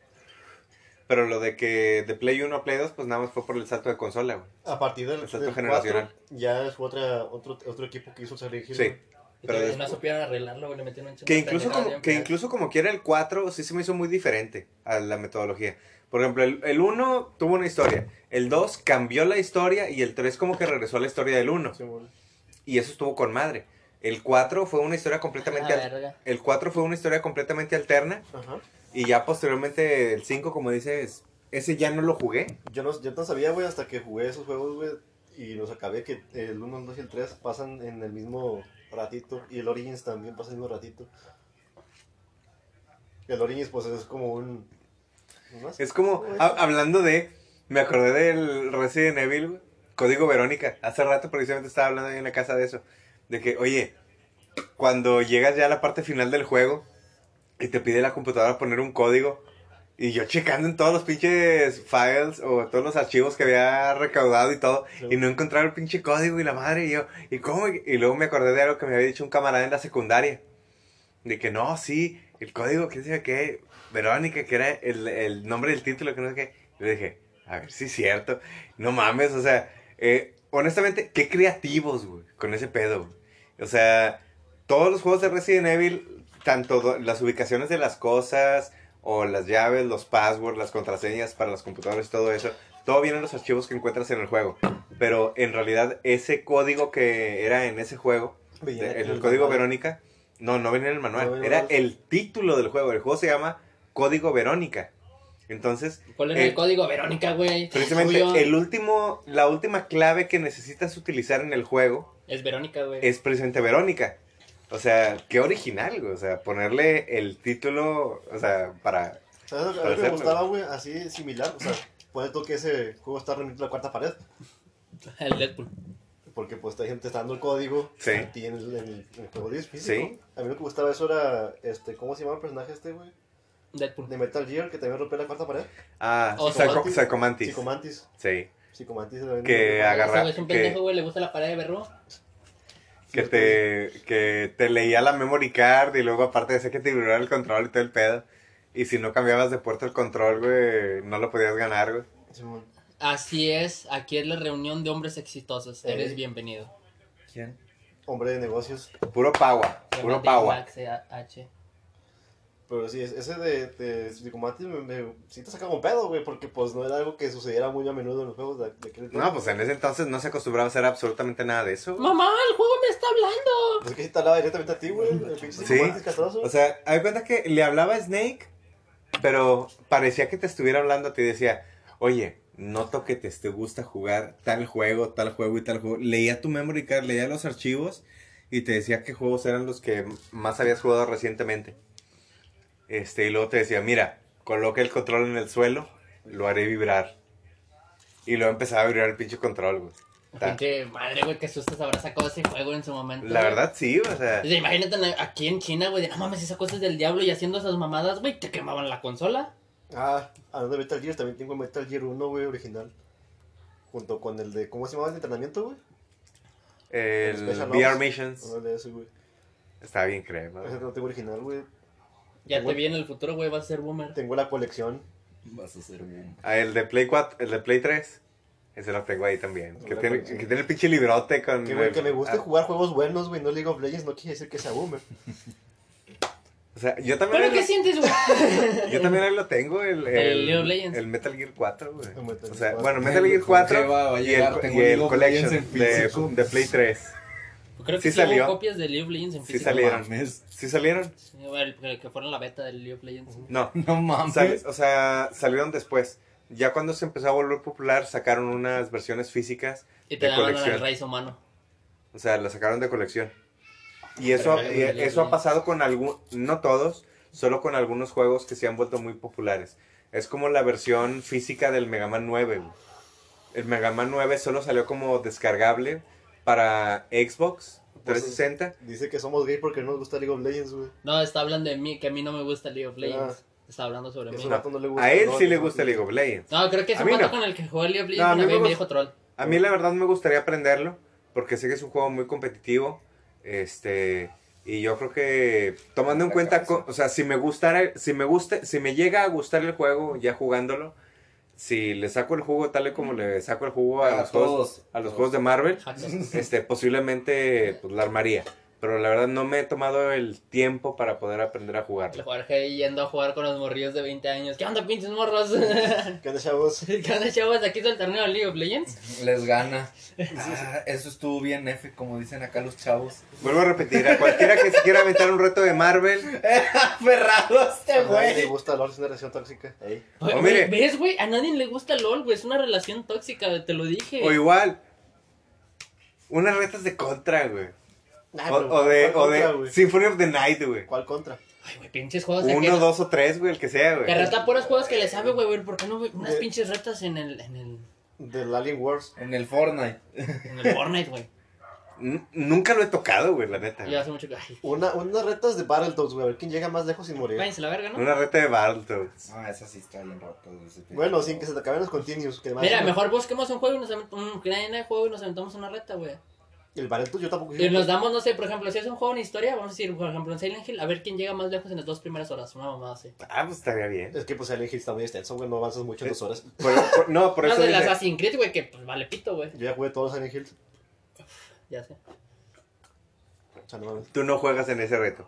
Speaker 4: Pero lo de que de Play 1 a Play 2, pues nada más fue por el salto de consola, güey.
Speaker 3: A partir del,
Speaker 4: El salto
Speaker 3: del
Speaker 4: generacional.
Speaker 3: 4, ya fue otra, otro, otro equipo que hizo el Silent Hill.
Speaker 4: Sí.
Speaker 3: güey.
Speaker 1: Y
Speaker 4: Pero
Speaker 1: todavía
Speaker 4: después-
Speaker 1: no supieron arreglarlo, güey. Le metieron un chingo
Speaker 4: Que
Speaker 1: de
Speaker 4: incluso,
Speaker 1: pendejadas
Speaker 4: como,
Speaker 1: bien
Speaker 4: que
Speaker 1: feas.
Speaker 4: incluso como quiera el 4 sí se me hizo muy diferente a la metodología. Por ejemplo, el, el 1 tuvo una historia, el 2 cambió la historia y el 3 como que regresó a la historia del 1.
Speaker 3: Sí, güey.
Speaker 4: Y eso estuvo con madre. El 4 fue una historia completamente...
Speaker 1: Ah,
Speaker 4: al-
Speaker 1: verga.
Speaker 4: el 4 fue una historia completamente alterna
Speaker 3: Ajá.
Speaker 4: y ya posteriormente el 5, como dices, ese ya no lo jugué.
Speaker 3: Yo no, yo no sabía, güey, hasta que jugué esos juegos, güey. Y los acabé que el 1, el 2 y el 3 pasan en el mismo ratito. Y el Origins también pasa en el mismo ratito. El Origins, pues es como un. ¿no más?
Speaker 4: Es como,
Speaker 3: Güey.
Speaker 4: ha- hablando de, me acordé del Resident Evil, güey, Código Verónica. Hace rato precisamente estaba hablando ahí en la casa de eso. De que, oye, cuando llegas ya a la parte final del juego y te pide la computadora poner un código, y yo checando en todos los pinches files o todos los archivos que había recaudado y todo,
Speaker 3: Sí.
Speaker 4: y no encontrar el pinche código y la madre, y yo, ¿y cómo? Y luego me acordé de algo que me había dicho un camarada en la secundaria. De que no, sí, el código, que dice que Verónica, que era el, el nombre del título, que no sé qué. Yo dije, a ver, sí es cierto. No mames, o sea, eh, honestamente, qué creativos, güey, con ese pedo. güey. O sea, todos los juegos de Resident Evil, tanto do- las ubicaciones de las cosas, o las llaves, los passwords, las contraseñas para las computadoras, todo eso, todo viene en los archivos que encuentras en el juego. Pero en realidad, ese código que era en ese juego,
Speaker 3: Venía
Speaker 4: de-
Speaker 3: en
Speaker 4: el,
Speaker 3: el
Speaker 4: código
Speaker 3: manual.
Speaker 4: Verónica. No, no venía en el manual.
Speaker 3: No venía en el
Speaker 4: era
Speaker 3: manual.
Speaker 4: el título del juego. El juego se llama Código Verónica. Entonces,
Speaker 1: ¿Cuál es
Speaker 4: eh,
Speaker 1: el código, Verónica, güey?
Speaker 4: precisamente
Speaker 1: Tuyo.
Speaker 4: el último, la última clave que necesitas utilizar en el juego
Speaker 1: Es Verónica, güey.
Speaker 4: es precisamente Verónica. O sea, qué original, güey. O sea, ponerle el título, o sea, para...
Speaker 3: ¿Sabes lo que-
Speaker 4: Para
Speaker 3: lo que me
Speaker 4: hacerlo.
Speaker 3: gustaba, güey? Así similar. O sea, puede tú que ese juego está reuniendo la cuarta pared.
Speaker 1: El Deadpool.
Speaker 3: Porque pues esta gente está dando el código
Speaker 4: Sí.
Speaker 3: a ti en el, en el- en el juego de físico.
Speaker 4: Sí.
Speaker 3: A mí lo que me gustaba eso era, este, ¿cómo se llamaba el personaje este, güey?
Speaker 1: Deadpool.
Speaker 3: De Metal Gear, que también rompió la cuarta pared.
Speaker 4: Ah,
Speaker 1: O
Speaker 4: Psycho-
Speaker 3: Oh, Psychomantis.
Speaker 4: Psychomantis.
Speaker 3: Psicomantis.
Speaker 4: Sí.
Speaker 3: Psicomantis. también.
Speaker 4: Que haga- agarra-
Speaker 1: Ese güey Es un
Speaker 4: que-
Speaker 1: pendejo, güey, le gusta la parada de berro.
Speaker 4: Que te, que te leía la memory card y luego aparte decía que te vibraba el control y todo el pedo. Y si no cambiabas de puerto el control, güey, no lo podías ganar, güey.
Speaker 3: Simón.
Speaker 1: Así es, aquí es la reunión de hombres exitosos.
Speaker 4: Eh,
Speaker 3: Ey.
Speaker 1: Eres bienvenido.
Speaker 2: ¿Quién?
Speaker 3: Hombre de negocios.
Speaker 4: Puro pagua,
Speaker 1: Se llama
Speaker 4: puro
Speaker 1: Dick
Speaker 4: pagua.
Speaker 1: Max, eh, H.
Speaker 3: Pero sí, es- ese de, de Psicomantis me, me- sí te saca un pedo, güey, porque pues no era algo que sucediera muy a menudo en los juegos de, de aquel
Speaker 4: No, pues en ese entonces no se acostumbraba a hacer absolutamente nada de eso. güey.
Speaker 1: Mamá, el juego me está hablando.
Speaker 3: Pues es que sí te hablaba directamente a ti, güey. El pinche
Speaker 4: Sí.
Speaker 3: Psicomantis castroso.
Speaker 4: O sea, hay cuenta que le hablaba a Snake, pero parecía que te estuviera hablando a ti. Decía, oye, noto que te, te gusta jugar tal juego, tal juego y tal juego. Leía tu memory card, leía los archivos y te decía qué juegos eran los que más habías jugado recientemente. Este, y luego te decía, mira, coloca el control en el suelo, lo haré vibrar. Y luego empezaba a vibrar el pinche control, güey. Ta-
Speaker 1: Pinche madre, güey, qué sustos habrá sacado ese juego en su momento.
Speaker 4: La
Speaker 1: güey.
Speaker 4: verdad, sí, o sea.
Speaker 1: O sea, imagínate na- aquí en China, güey, de no mames, esas cosas del diablo y haciendo esas mamadas, güey, te quemaban la consola.
Speaker 3: Ah, hablando de Metal Gear, también tengo el Metal Gear 1, güey, original. Junto con el de, ¿cómo se llamaba el de entrenamiento, güey?
Speaker 4: El
Speaker 3: Special
Speaker 4: VR
Speaker 3: Ops.
Speaker 4: Missions
Speaker 3: No, de ese, güey.
Speaker 4: está bien crema.
Speaker 3: Ese no tengo original, güey.
Speaker 1: Ya te
Speaker 3: Güey.
Speaker 1: vi en el futuro, güey, vas a ser boomer.
Speaker 3: Tengo la colección.
Speaker 2: Vas a ser boom.
Speaker 4: Ah, el de Play 4, el de Play 3. Ese lo tengo ahí también. Que
Speaker 3: Hola,
Speaker 4: tiene,
Speaker 3: coche.
Speaker 4: que tiene el pinche librote con.
Speaker 3: Que, güey, que me guste
Speaker 4: ah,
Speaker 3: jugar juegos buenos, güey, no League of Legends, no quiere decir que sea boomer.
Speaker 4: O sea, yo también.
Speaker 1: ¿Pero
Speaker 4: ahí
Speaker 1: qué sientes, güey?
Speaker 4: lo- yo también ahí lo tengo, el. El,
Speaker 1: El League of Legends.
Speaker 4: el Metal Gear 4, güey.
Speaker 3: El Metal
Speaker 4: O sea,
Speaker 3: Gear 4.
Speaker 4: bueno, Metal Gear 4
Speaker 2: Jorge va- va a
Speaker 4: y
Speaker 2: llegar,
Speaker 4: el,
Speaker 2: tengo
Speaker 4: y
Speaker 2: un
Speaker 4: el
Speaker 2: League of
Speaker 4: Collection
Speaker 2: Legends en
Speaker 4: de,
Speaker 2: físico.
Speaker 4: de Play 3.
Speaker 1: Creo que
Speaker 4: Sí
Speaker 1: sí,
Speaker 4: salió.
Speaker 1: hubo copias de League of Legends en
Speaker 4: Sí
Speaker 1: físico.
Speaker 4: salió. Salieron.
Speaker 2: mames.
Speaker 4: ¿Sí salieron?
Speaker 1: Sí, güey, el- el que fueron la beta del League of Legends.
Speaker 4: No.
Speaker 2: No mames.
Speaker 4: Sal- o sea, salieron después. Ya cuando se empezó a volver popular, sacaron unas versiones físicas.
Speaker 1: Y te
Speaker 4: De
Speaker 1: daban
Speaker 4: colección.
Speaker 1: el raíz humano.
Speaker 4: O sea, la sacaron de colección. Y eso,
Speaker 1: Pero,
Speaker 4: y
Speaker 1: eh,
Speaker 4: eso
Speaker 1: eh,
Speaker 4: ha pasado con algún, no todos, solo con algunos juegos que se han vuelto muy populares. Es como la versión física del Mega Man 9. güey. El Mega Man 9 solo salió como descargable para Xbox
Speaker 3: Pues,
Speaker 4: 360.
Speaker 3: Dice que somos gay porque no nos gusta League of Legends, güey.
Speaker 1: No, está hablando de mí, que a mí no me gusta League of Legends.
Speaker 4: Ah.
Speaker 1: Está hablando sobre mí.
Speaker 3: Eso no, no le gusta.
Speaker 4: A él
Speaker 3: no,
Speaker 4: sí
Speaker 3: no,
Speaker 4: le
Speaker 3: no,
Speaker 4: gusta
Speaker 3: no.
Speaker 4: League of Legends.
Speaker 1: No, creo que
Speaker 4: A
Speaker 1: ese
Speaker 4: mí
Speaker 1: pato
Speaker 4: no.
Speaker 1: con el que jugó League of
Speaker 4: No, a
Speaker 1: Legends
Speaker 4: mí
Speaker 1: una
Speaker 4: me
Speaker 1: vez me
Speaker 4: gusta.
Speaker 1: dijo troll.
Speaker 4: A mí la verdad me gustaría aprenderlo porque sé que es un juego muy competitivo. Este, y yo creo que tomando en
Speaker 2: La
Speaker 4: cuenta,
Speaker 2: cabeza.
Speaker 4: co- o sea, si me gustara, si me guste, si me llega a gustar el juego ya jugándolo, si le saco el jugo tal y como le saco el jugo a,
Speaker 2: A
Speaker 4: los juegos,
Speaker 2: todos.
Speaker 4: a los juegos de Marvel,
Speaker 1: Hacker.
Speaker 4: este, posiblemente pues, la armaría. Pero la verdad no me he tomado el tiempo para poder aprender a
Speaker 1: El
Speaker 4: jugarlo.
Speaker 1: Jorge yendo a jugar con los morrillos de 20 años. ¿Qué onda, pinches morros?
Speaker 3: ¿Qué onda, chavos?
Speaker 1: ¿Qué onda, chavos? Aquí es el torneo de League of Legends.
Speaker 2: Les gana. Ah, eso estuvo bien, F, como dicen acá los chavos.
Speaker 4: Vuelvo a repetir, a cualquiera que se quiera aventar un reto de Marvel,
Speaker 2: Aferrado a este
Speaker 3: A él le gusta LOL, es una relación tóxica. Ey.
Speaker 4: Oh,
Speaker 1: Güey,
Speaker 4: mire.
Speaker 1: ¿Ves, güey? A nadie le gusta LOL, güey. Es una relación tóxica, te lo dije.
Speaker 4: o igual, unas retas de contra, güey.
Speaker 3: Nah,
Speaker 4: O,
Speaker 3: Ah, pero
Speaker 4: o de,
Speaker 3: ¿cuál
Speaker 4: o de
Speaker 3: contra, güey?
Speaker 4: Symphony of the Night, güey.
Speaker 3: ¿Cuál contra?
Speaker 1: Ay, güey, pinches juegos. de
Speaker 4: Uno,
Speaker 1: que-
Speaker 4: dos o tres, güey, el que sea, güey.
Speaker 1: Que rata puros juegos que le sabe, güey, güey. ¿Por qué no güey? unas
Speaker 3: Eh.
Speaker 1: pinches retas en el, en el,
Speaker 3: Del Alien Wars.
Speaker 2: En el Fortnite.
Speaker 1: en el Fortnite, güey?
Speaker 4: N- Nunca lo he tocado, güey, la neta.
Speaker 1: Yo hace mucho que. Ay,
Speaker 3: Una, unas retas de Battletoads, güey, a ver quién llega más lejos sin morir.
Speaker 1: váyanse a la verga, ¿no?
Speaker 4: Una reta de Battletoads.
Speaker 2: Ah, esa sí está bien rota. güey, ese pinche
Speaker 3: Bueno,
Speaker 2: juego.
Speaker 3: sin que se te acaben los continuos. Que además-
Speaker 1: Mira, mejor busquemos un juego y nos aventamos. Un, que nadie- nadie juega y nos aventamos una reta, güey.
Speaker 3: El Battletoads yo tampoco.
Speaker 1: Y nos damos, no sé, por ejemplo, si es un juego en historia, vamos a decir, por ejemplo, en Silent Hill, a ver quién llega más lejos en las dos primeras horas. Una mamada así.
Speaker 4: Ah, pues estaría bien.
Speaker 3: Es que pues el Hill está muy extenso, güey, no avanzas mucho en dos horas.
Speaker 4: Por- por- no, por
Speaker 1: Más
Speaker 4: eso.
Speaker 1: de las
Speaker 4: dice-
Speaker 1: Assassin's Creed, güey, que pues vale pito, güey.
Speaker 3: Yo ya jugué todos los Silent Hills.
Speaker 1: Ya sé.
Speaker 3: O sea, no mames.
Speaker 4: tú no juegas en ese reto.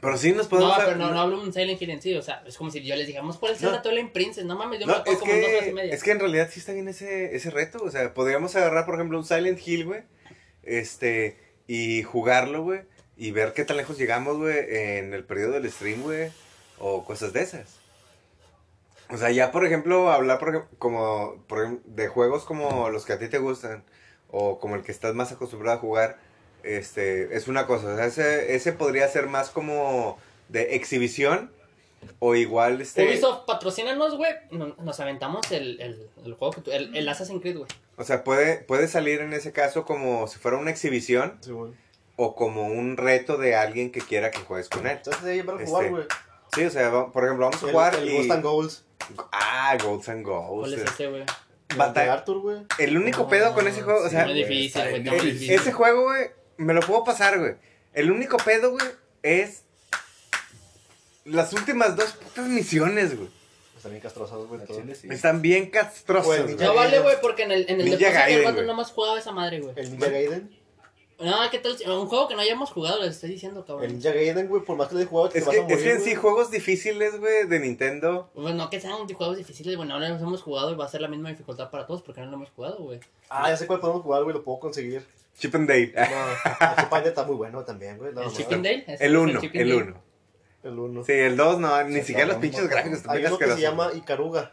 Speaker 4: Pero sí nos podemos.
Speaker 1: No, pero no, no hablo de un Silent Hill en sí, o sea, es como si yo les dijéramos, ¿cuál es el
Speaker 4: No.
Speaker 1: reto del Princess? No mames, yo me
Speaker 4: No,
Speaker 1: lo pongo
Speaker 4: es
Speaker 1: como en dos horas y
Speaker 4: que,
Speaker 1: media.
Speaker 4: es que en realidad sí está bien ese, ese reto. O sea, podríamos agarrar, por ejemplo, un Silent Hill, güey. Este, y jugarlo, güey. Y ver qué tan lejos llegamos, güey, en el periodo del stream, güey. O cosas de esas. O sea, ya, por ejemplo, hablar por ejem- como, por ejem- de juegos como los que a ti te gustan. O como el que estás más acostumbrado a jugar. Este, es una cosa. O sea, ese, ese podría ser más como de exhibición. O igual, este...
Speaker 1: Ubisoft, patrocínanos, güey. No- Nos aventamos el, el, el juego que tú, el, el Assassin's Creed, güey.
Speaker 4: O sea, puede, puede salir en ese caso como si fuera una exhibición
Speaker 3: Sí, güey.
Speaker 4: o como un reto de alguien que quiera que juegues con él.
Speaker 3: Entonces, ahí para jugar,
Speaker 4: Este,
Speaker 3: güey.
Speaker 4: Sí, o sea, va- por ejemplo, vamos a
Speaker 3: El-
Speaker 4: jugar
Speaker 3: El
Speaker 4: y-
Speaker 3: Ghost and Goals.
Speaker 4: Ah, Golds and
Speaker 1: ¿Cuál es
Speaker 4: Ghosts.
Speaker 1: ese, güey?
Speaker 3: El de
Speaker 4: Bata-
Speaker 3: Arthur, güey.
Speaker 4: El único
Speaker 1: No,
Speaker 4: pedo con ese juego, o
Speaker 1: sí,
Speaker 4: sea,
Speaker 1: muy
Speaker 4: güey,
Speaker 1: difícil,
Speaker 4: está
Speaker 1: güey,
Speaker 4: bien
Speaker 1: está muy
Speaker 4: difícil.
Speaker 1: difícil.
Speaker 4: ese juego, güey, me lo puedo pasar, güey. El único pedo, güey, es las últimas dos putas misiones, güey.
Speaker 3: Están bien castrosados, güey.
Speaker 2: Al
Speaker 3: todo.
Speaker 2: chile sí.
Speaker 4: Están bien
Speaker 3: Güey,
Speaker 4: castrosas,
Speaker 3: Ninja
Speaker 4: güey.
Speaker 1: No vale, güey, porque en el, en el
Speaker 4: Ninja
Speaker 1: depósito
Speaker 4: Gaiden,
Speaker 1: el vato
Speaker 4: güey.
Speaker 1: nomás jugaba esa madre, güey.
Speaker 3: El Ninja Gaiden.
Speaker 1: No, ¿qué tal? si- Un juego que no hayamos jugado, les estoy diciendo,
Speaker 3: El
Speaker 1: cabrón.
Speaker 3: Ninja Gaiden, güey, por más que le he jugado, te
Speaker 4: Es
Speaker 3: vas
Speaker 4: que,
Speaker 3: a morir.
Speaker 4: es que en sí,
Speaker 3: güey.
Speaker 4: juegos difíciles, güey, de Nintendo.
Speaker 1: Bueno, Pues, no que sean juegos difíciles, bueno, ahora los hemos jugado y va a ser la misma dificultad para todos porque no lo hemos jugado, güey.
Speaker 3: Ah, ya sé cuál podemos jugar, güey, lo puedo conseguir.
Speaker 4: Chip and Dale. Ah,
Speaker 3: No, el Chip and Dale está muy bueno también, güey. no,
Speaker 1: El
Speaker 3: no,
Speaker 1: Chicken Dale. ese
Speaker 4: El
Speaker 1: es
Speaker 4: 1,
Speaker 1: Chicken
Speaker 4: el
Speaker 1: Dale.
Speaker 4: 1.
Speaker 3: El uno.
Speaker 4: Sí, el 2 no, ni
Speaker 2: Sí,
Speaker 4: siquiera los
Speaker 2: cabrón,
Speaker 4: pinches
Speaker 2: cabrón.
Speaker 4: gráficos están
Speaker 3: Hay
Speaker 4: bien
Speaker 3: uno que se
Speaker 4: asquerosos.
Speaker 3: llama Icaruga.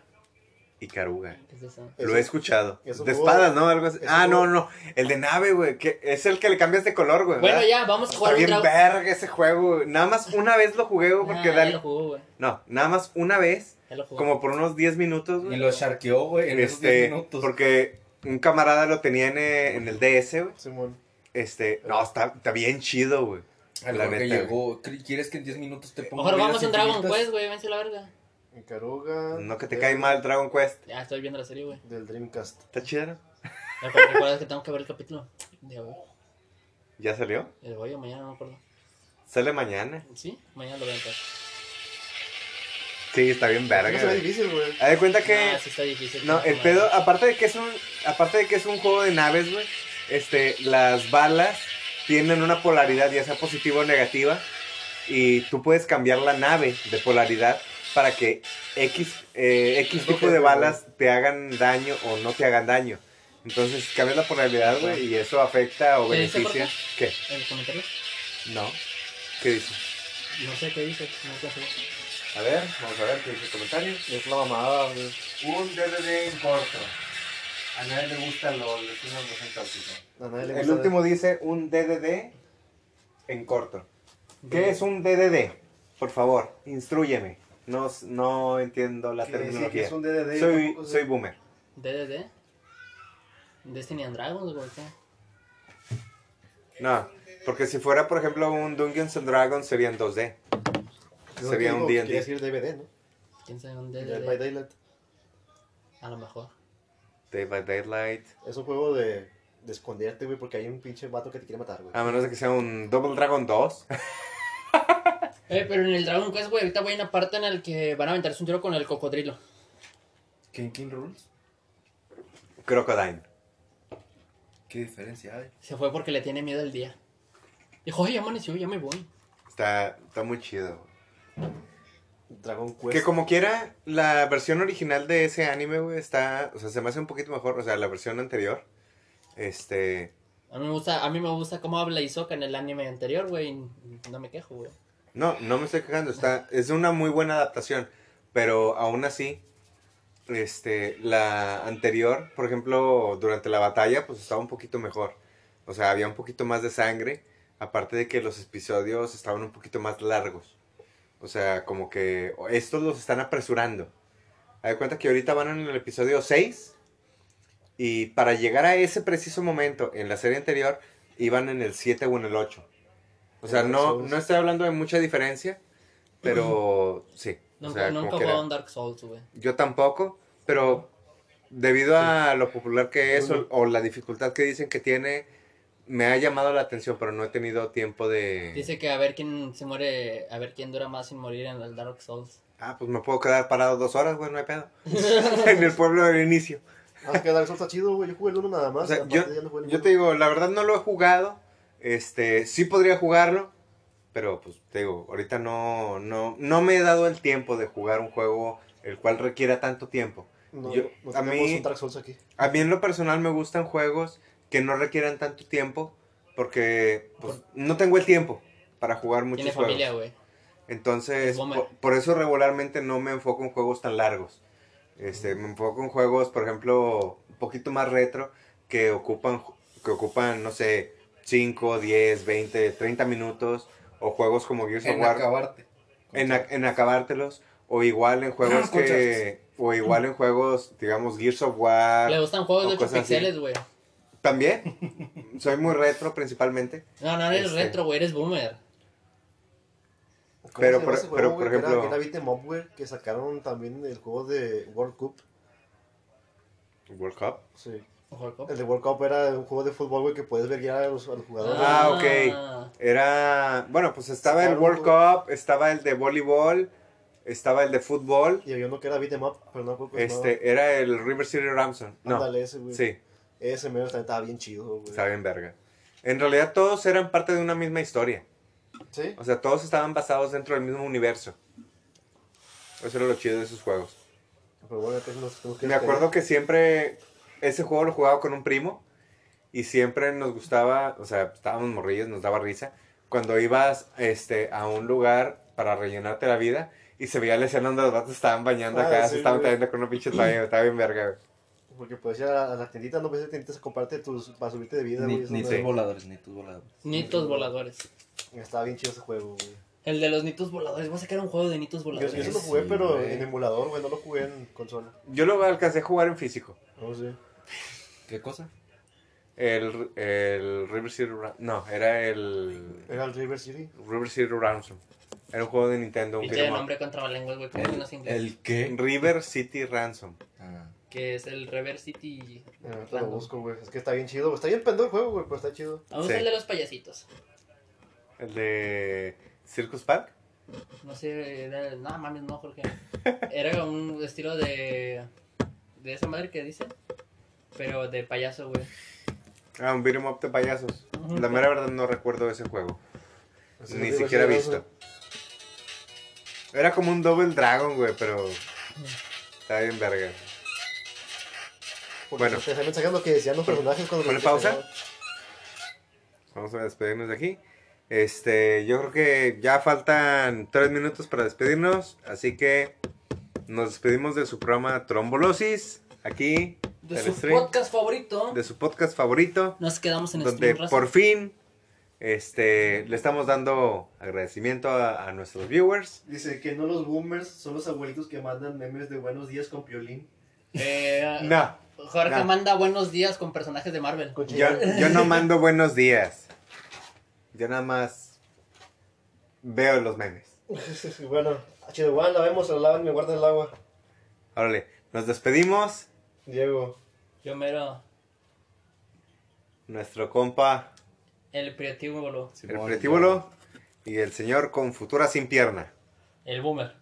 Speaker 4: Y Caruga.
Speaker 1: ¿Qué es eso?
Speaker 4: Lo he escuchado.
Speaker 3: es un
Speaker 4: de
Speaker 3: juego-
Speaker 4: espadas, ¿no? Algo así.
Speaker 3: es un
Speaker 4: Ah, no,
Speaker 3: juego-
Speaker 4: no. El de nave, güey. Que es el que le cambias de color, güey.
Speaker 1: Bueno,
Speaker 4: ¿verdad?
Speaker 1: ya, vamos a
Speaker 4: Está
Speaker 1: jugar
Speaker 4: bien
Speaker 1: otra.
Speaker 4: verga ese juego. güey. Nada más una vez lo jugué, güey,
Speaker 1: Ah,
Speaker 4: porque
Speaker 1: ya
Speaker 4: dale.
Speaker 1: lo jugó, güey.
Speaker 4: No, nada más una vez,
Speaker 1: Ya lo jugó.
Speaker 4: como por unos 10 minutos,
Speaker 2: Y
Speaker 4: güey.
Speaker 2: lo charqueó, güey, en esos 10
Speaker 4: Este,
Speaker 2: minutos.
Speaker 4: porque un camarada lo tenía en, eh, en el DS, güey.
Speaker 3: Simón.
Speaker 4: Este, no, está, está bien chido, güey.
Speaker 2: A
Speaker 4: la
Speaker 2: lo que
Speaker 4: neta,
Speaker 2: llegó. ¿Quieres que en 10 minutos te ponga
Speaker 1: Mejor vamos
Speaker 2: vidas
Speaker 1: a un Dragon
Speaker 2: infinitas?
Speaker 1: Quest, güey, vence la verga.
Speaker 3: Icaruga.
Speaker 4: No que te
Speaker 3: del-
Speaker 4: cae mal Dragon Quest.
Speaker 1: Ya estoy viendo la serie, güey.
Speaker 3: Del Dreamcast.
Speaker 4: Está chido, ¿no?
Speaker 1: Ya cuando recuerdas que tengo que ver el capítulo. De hoy.
Speaker 4: ¿Ya salió?
Speaker 1: El hoy o mañana, no me acuerdo.
Speaker 4: Sale mañana.
Speaker 1: Sí, mañana lo voy a entrar.
Speaker 4: Sí, está bien
Speaker 3: No
Speaker 4: verga.
Speaker 3: se ve
Speaker 4: güey.
Speaker 3: difícil, güey.
Speaker 4: Haz de cuenta que.
Speaker 1: Ah, sí está difícil.
Speaker 4: No, el pedo, aparte de que es un, aparte de que es un juego de naves, güey, este, las balas tienen una polaridad, ya sea positiva o negativa, y tú puedes cambiar la nave de polaridad para que X, eh, X tipo de balas te hagan daño o no te hagan daño. Entonces cambias la polaridad, güey, y eso afecta o
Speaker 1: ¿Te dice
Speaker 4: beneficia.
Speaker 1: por
Speaker 4: ¿Qué?
Speaker 1: ¿En los comentarios?
Speaker 4: No. ¿Qué dice?
Speaker 1: No sé qué dices, no sé qué hacer.
Speaker 4: A ver, vamos a ver qué dice el comentario.
Speaker 3: Es la mamada, güey.
Speaker 4: Un DVD en corto. A nadie le gusta lo decimos en tóxico.
Speaker 3: A nadie le
Speaker 4: El
Speaker 3: gusta
Speaker 4: último dice un DDD en corto. ¿Qué es un DDD? Por favor, instruyeme. No, s- no entiendo la
Speaker 3: que- que
Speaker 4: terminología.
Speaker 3: es un DDD.
Speaker 4: soy,
Speaker 3: tampoco sé.
Speaker 4: soy boomer.
Speaker 1: DDD. Destiny and Dragons, güey. ¿qué?
Speaker 4: No, porque si fuera, por ejemplo, un Dungeons and Dragons serían 2D.
Speaker 3: Yo
Speaker 4: sería
Speaker 3: digo
Speaker 4: un
Speaker 3: que
Speaker 4: D&D.
Speaker 3: Quería decir DVD, ¿no?
Speaker 1: ¿Quién sabe un
Speaker 3: Dead by
Speaker 1: DDD?
Speaker 3: Daylight.
Speaker 1: A lo mejor.
Speaker 4: Day by Daylight.
Speaker 3: Es un juego de, de esconderte, güey, porque hay un pinche vato que te quiere matar, güey.
Speaker 4: A menos de que sea un Double Dragon 2.
Speaker 1: Eh, pero en el Dragon Quest, güey, ahorita voy a una parte en el que van a aventarse un tiro con el cocodrilo.
Speaker 2: ¿King King Rules?
Speaker 4: Crocodile.
Speaker 2: ¿Qué diferencia hay?
Speaker 1: Se fue porque le tiene miedo el día. Dijo, oye, ya amaneció, ya me voy.
Speaker 4: Está, está muy chido.
Speaker 3: Dragon Quest.
Speaker 4: Que como quiera, la versión original de ese anime, güey, está... O sea, se me hace un poquito mejor. O sea, la versión anterior. Este...
Speaker 1: A mí me gusta, a mí me gusta cómo habla Isoka en el anime anterior, güey. y No me quejo, güey.
Speaker 4: No, no me estoy quejando, está, es una muy buena adaptación, pero aún así, este, la anterior, por ejemplo, durante la batalla, pues estaba un poquito mejor, o sea, había un poquito más de sangre, aparte de que los episodios estaban un poquito más largos, o sea, como que estos los están apresurando. Hay cuenta que ahorita van en el episodio 6 y para llegar a ese preciso momento en la serie anterior iban en el 7 o en el 8. O sea, no, no estoy hablando de mucha diferencia, pero sí. o
Speaker 1: Nunca,
Speaker 4: sea, como
Speaker 1: nunca
Speaker 4: que era-
Speaker 1: jugaba un Dark Souls, güey.
Speaker 4: Yo tampoco, pero debido a lo popular que es o, o la dificultad que dicen que tiene, me ha llamado la atención, pero no he tenido tiempo de...
Speaker 1: Dice que a ver quién se muere, a ver quién dura más sin morir en el Dark Souls.
Speaker 4: Ah, pues me puedo quedar parado dos horas, güey, no hay pedo. en el pueblo del inicio.
Speaker 3: Ah, es que Dark Souls está chido, güey. Yo jugué el uno nada más.
Speaker 4: O sea,
Speaker 3: aparte
Speaker 4: yo,
Speaker 3: ya no jugué el
Speaker 4: yo
Speaker 3: uno.
Speaker 4: te digo, la verdad no lo he jugado. Este, sí podría jugarlo. Pero pues te digo, ahorita no, no, no me he dado el tiempo de jugar un juego el cual requiera tanto tiempo.
Speaker 3: No,
Speaker 4: yo-
Speaker 3: no
Speaker 4: a
Speaker 3: tenemos
Speaker 4: mí-
Speaker 3: un Dark Souls aquí.
Speaker 4: A mí en lo personal me gustan juegos que no requieran tanto tiempo. Porque pues, no tengo el tiempo para jugar muchos
Speaker 1: Tiene
Speaker 4: juegos.
Speaker 1: familia, güey.
Speaker 4: Entonces,
Speaker 1: Es boomer.
Speaker 4: po- por, eso regularmente no me enfoco en juegos tan largos. Este, me enfoco en juegos, por ejemplo, un poquito más retro, que ocupan, ju- que ocupan no sé, 5, 10, 20, 30 minutos, o juegos como Gears of
Speaker 2: En
Speaker 4: War,
Speaker 2: acabarte.
Speaker 4: en, a- en acabártelos, o igual en juegos
Speaker 2: Con
Speaker 4: que, o igual en juegos, digamos, Gears of War,
Speaker 1: Le gustan juegos
Speaker 4: Ah, o
Speaker 1: de 8
Speaker 4: cosas así.
Speaker 1: pixeles, güey.
Speaker 4: también, soy muy retro principalmente,
Speaker 1: No, no eres
Speaker 4: Este.
Speaker 1: retro, güey, eres boomer.
Speaker 3: ¿Cómo se
Speaker 4: Pero
Speaker 3: llama
Speaker 4: por- e-
Speaker 3: ese juego,
Speaker 4: pero
Speaker 3: güey,
Speaker 4: por
Speaker 3: que era-
Speaker 4: ejemplo-
Speaker 3: Que era beat 'em up, güey, que sacaron también el juego de World Cup.
Speaker 4: World Cup.
Speaker 3: Sí.
Speaker 1: Ojo,
Speaker 3: El de World Cup era un juego de fútbol, güey, que puedes ver ya a los, a los jugadores.
Speaker 4: Ah, ok. Era, bueno, pues estaba el
Speaker 3: Sacaron
Speaker 4: World
Speaker 3: un-
Speaker 4: Cup, estaba el de voleibol, estaba el de fútbol,
Speaker 3: Y había uno que era beat 'em up, pero no creo que
Speaker 4: este, era el River City Ramson. No,
Speaker 3: Ándale ese, güey.
Speaker 4: sí,
Speaker 3: Ese mero también estaba bien chido, güey.
Speaker 4: está bien verga. En realidad todos eran parte de una misma historia.
Speaker 3: Sí.
Speaker 4: O sea, todos estaban basados dentro del mismo universo. Eso era lo chido de esos juegos.
Speaker 3: Pero bueno, entonces nos tenemos que
Speaker 4: Me acuerdo que siempre ese juego lo jugaba con un primo y siempre nos gustaba, o sea, estábamos morrillos, nos daba risa cuando ibas este a un lugar para rellenarte la vida y se veía la escena donde los vatos estaban bañando
Speaker 3: Ah,
Speaker 4: acá,
Speaker 3: sí,
Speaker 4: se estaban
Speaker 3: güey.
Speaker 4: cayendo con una pinche toalla, estaba bien verga. güey.
Speaker 3: Porque puedes ir a a la tiendita, no puedes ir a tienditas a comprarte tus. para subirte de vida,
Speaker 2: Ni,
Speaker 3: güey. eso
Speaker 2: ni
Speaker 3: no-
Speaker 2: tus voladores, ni tus voladores.
Speaker 1: Nitos voladores.
Speaker 3: Estaba bien chido ese juego, güey.
Speaker 1: El de los nitos voladores. Voy a sacar un juego de nitos
Speaker 3: Yo, yo
Speaker 1: voladores.
Speaker 3: sí lo jugué,
Speaker 2: Sí,
Speaker 3: pero
Speaker 2: güey.
Speaker 3: en emulador, güey, no lo jugué en consola.
Speaker 4: Yo lo alcancé a jugar en físico.
Speaker 3: No sé.
Speaker 2: ¿Qué cosa?
Speaker 4: El, el River City Ra- no, era el
Speaker 3: Era el River City. eh,
Speaker 4: River City Ransom. Era un juego de Nintendo, un
Speaker 1: Y tiene
Speaker 4: beat'em up.
Speaker 1: nombre contra lenguas, güey. ¿Cómo que no
Speaker 2: ¿El,
Speaker 1: se inglés?
Speaker 2: el qué?
Speaker 4: River City Ransom.
Speaker 2: Ah.
Speaker 1: Que es el Reverse City.
Speaker 3: Mira, ahorita lo
Speaker 1: Random.
Speaker 3: busco, güey. Es que está bien chido. güey. Está bien pendejo el juego, güey, pero está chido.
Speaker 1: Vamos
Speaker 4: Sí.
Speaker 1: a de los payasitos.
Speaker 4: El de Circus Park.
Speaker 1: No sé, era... no mames, no, Jorge. Era un estilo de. de esa madre que dice. Pero de payaso, güey.
Speaker 4: Ah, un beat'em up de payasos.
Speaker 1: Ujú.
Speaker 4: La mera verdad no recuerdo ese juego.
Speaker 3: Así
Speaker 4: Ni
Speaker 3: es, güey,
Speaker 4: siquiera
Speaker 3: sí,
Speaker 4: visto. Era como un Double Dragon, güey, pero... Está bien verga.
Speaker 3: Porque
Speaker 4: Bueno.
Speaker 3: Te están mensajando que decían los personajes cuando
Speaker 4: ¿Pone
Speaker 3: los
Speaker 4: pausa?
Speaker 3: diseñaban.
Speaker 4: Vamos a despedirnos de aquí. Este, yo creo que ya faltan tres minutos para despedirnos, así que nos despedimos de su programa Trombolosis, aquí,
Speaker 1: De
Speaker 4: El
Speaker 1: su
Speaker 4: stream.
Speaker 1: podcast favorito.
Speaker 4: de su podcast favorito.
Speaker 1: Nos quedamos en
Speaker 4: donde
Speaker 1: stream, Este, raza.
Speaker 4: por fin este, le estamos dando agradecimiento a, a nuestros viewers.
Speaker 3: Dice que no los boomers son los abuelitos que mandan memes de buenos días con piolín.
Speaker 1: Eh,
Speaker 4: No,
Speaker 1: Jorge
Speaker 4: no.
Speaker 1: manda buenos días con personajes de Marvel.
Speaker 3: Con
Speaker 4: yo,
Speaker 3: chingada.
Speaker 4: yo no mando buenos días. Yo nada más veo los memes.
Speaker 3: bueno, Ah, chido, bueno, la vemos, la lavan, me guardan el agua.
Speaker 4: Órale, nos despedimos.
Speaker 3: Diego.
Speaker 1: Yo mero.
Speaker 4: Nuestro compa,
Speaker 1: El priatíbulo.
Speaker 4: el pretíbulo y el señor con futura sin pierna.
Speaker 1: El boomer.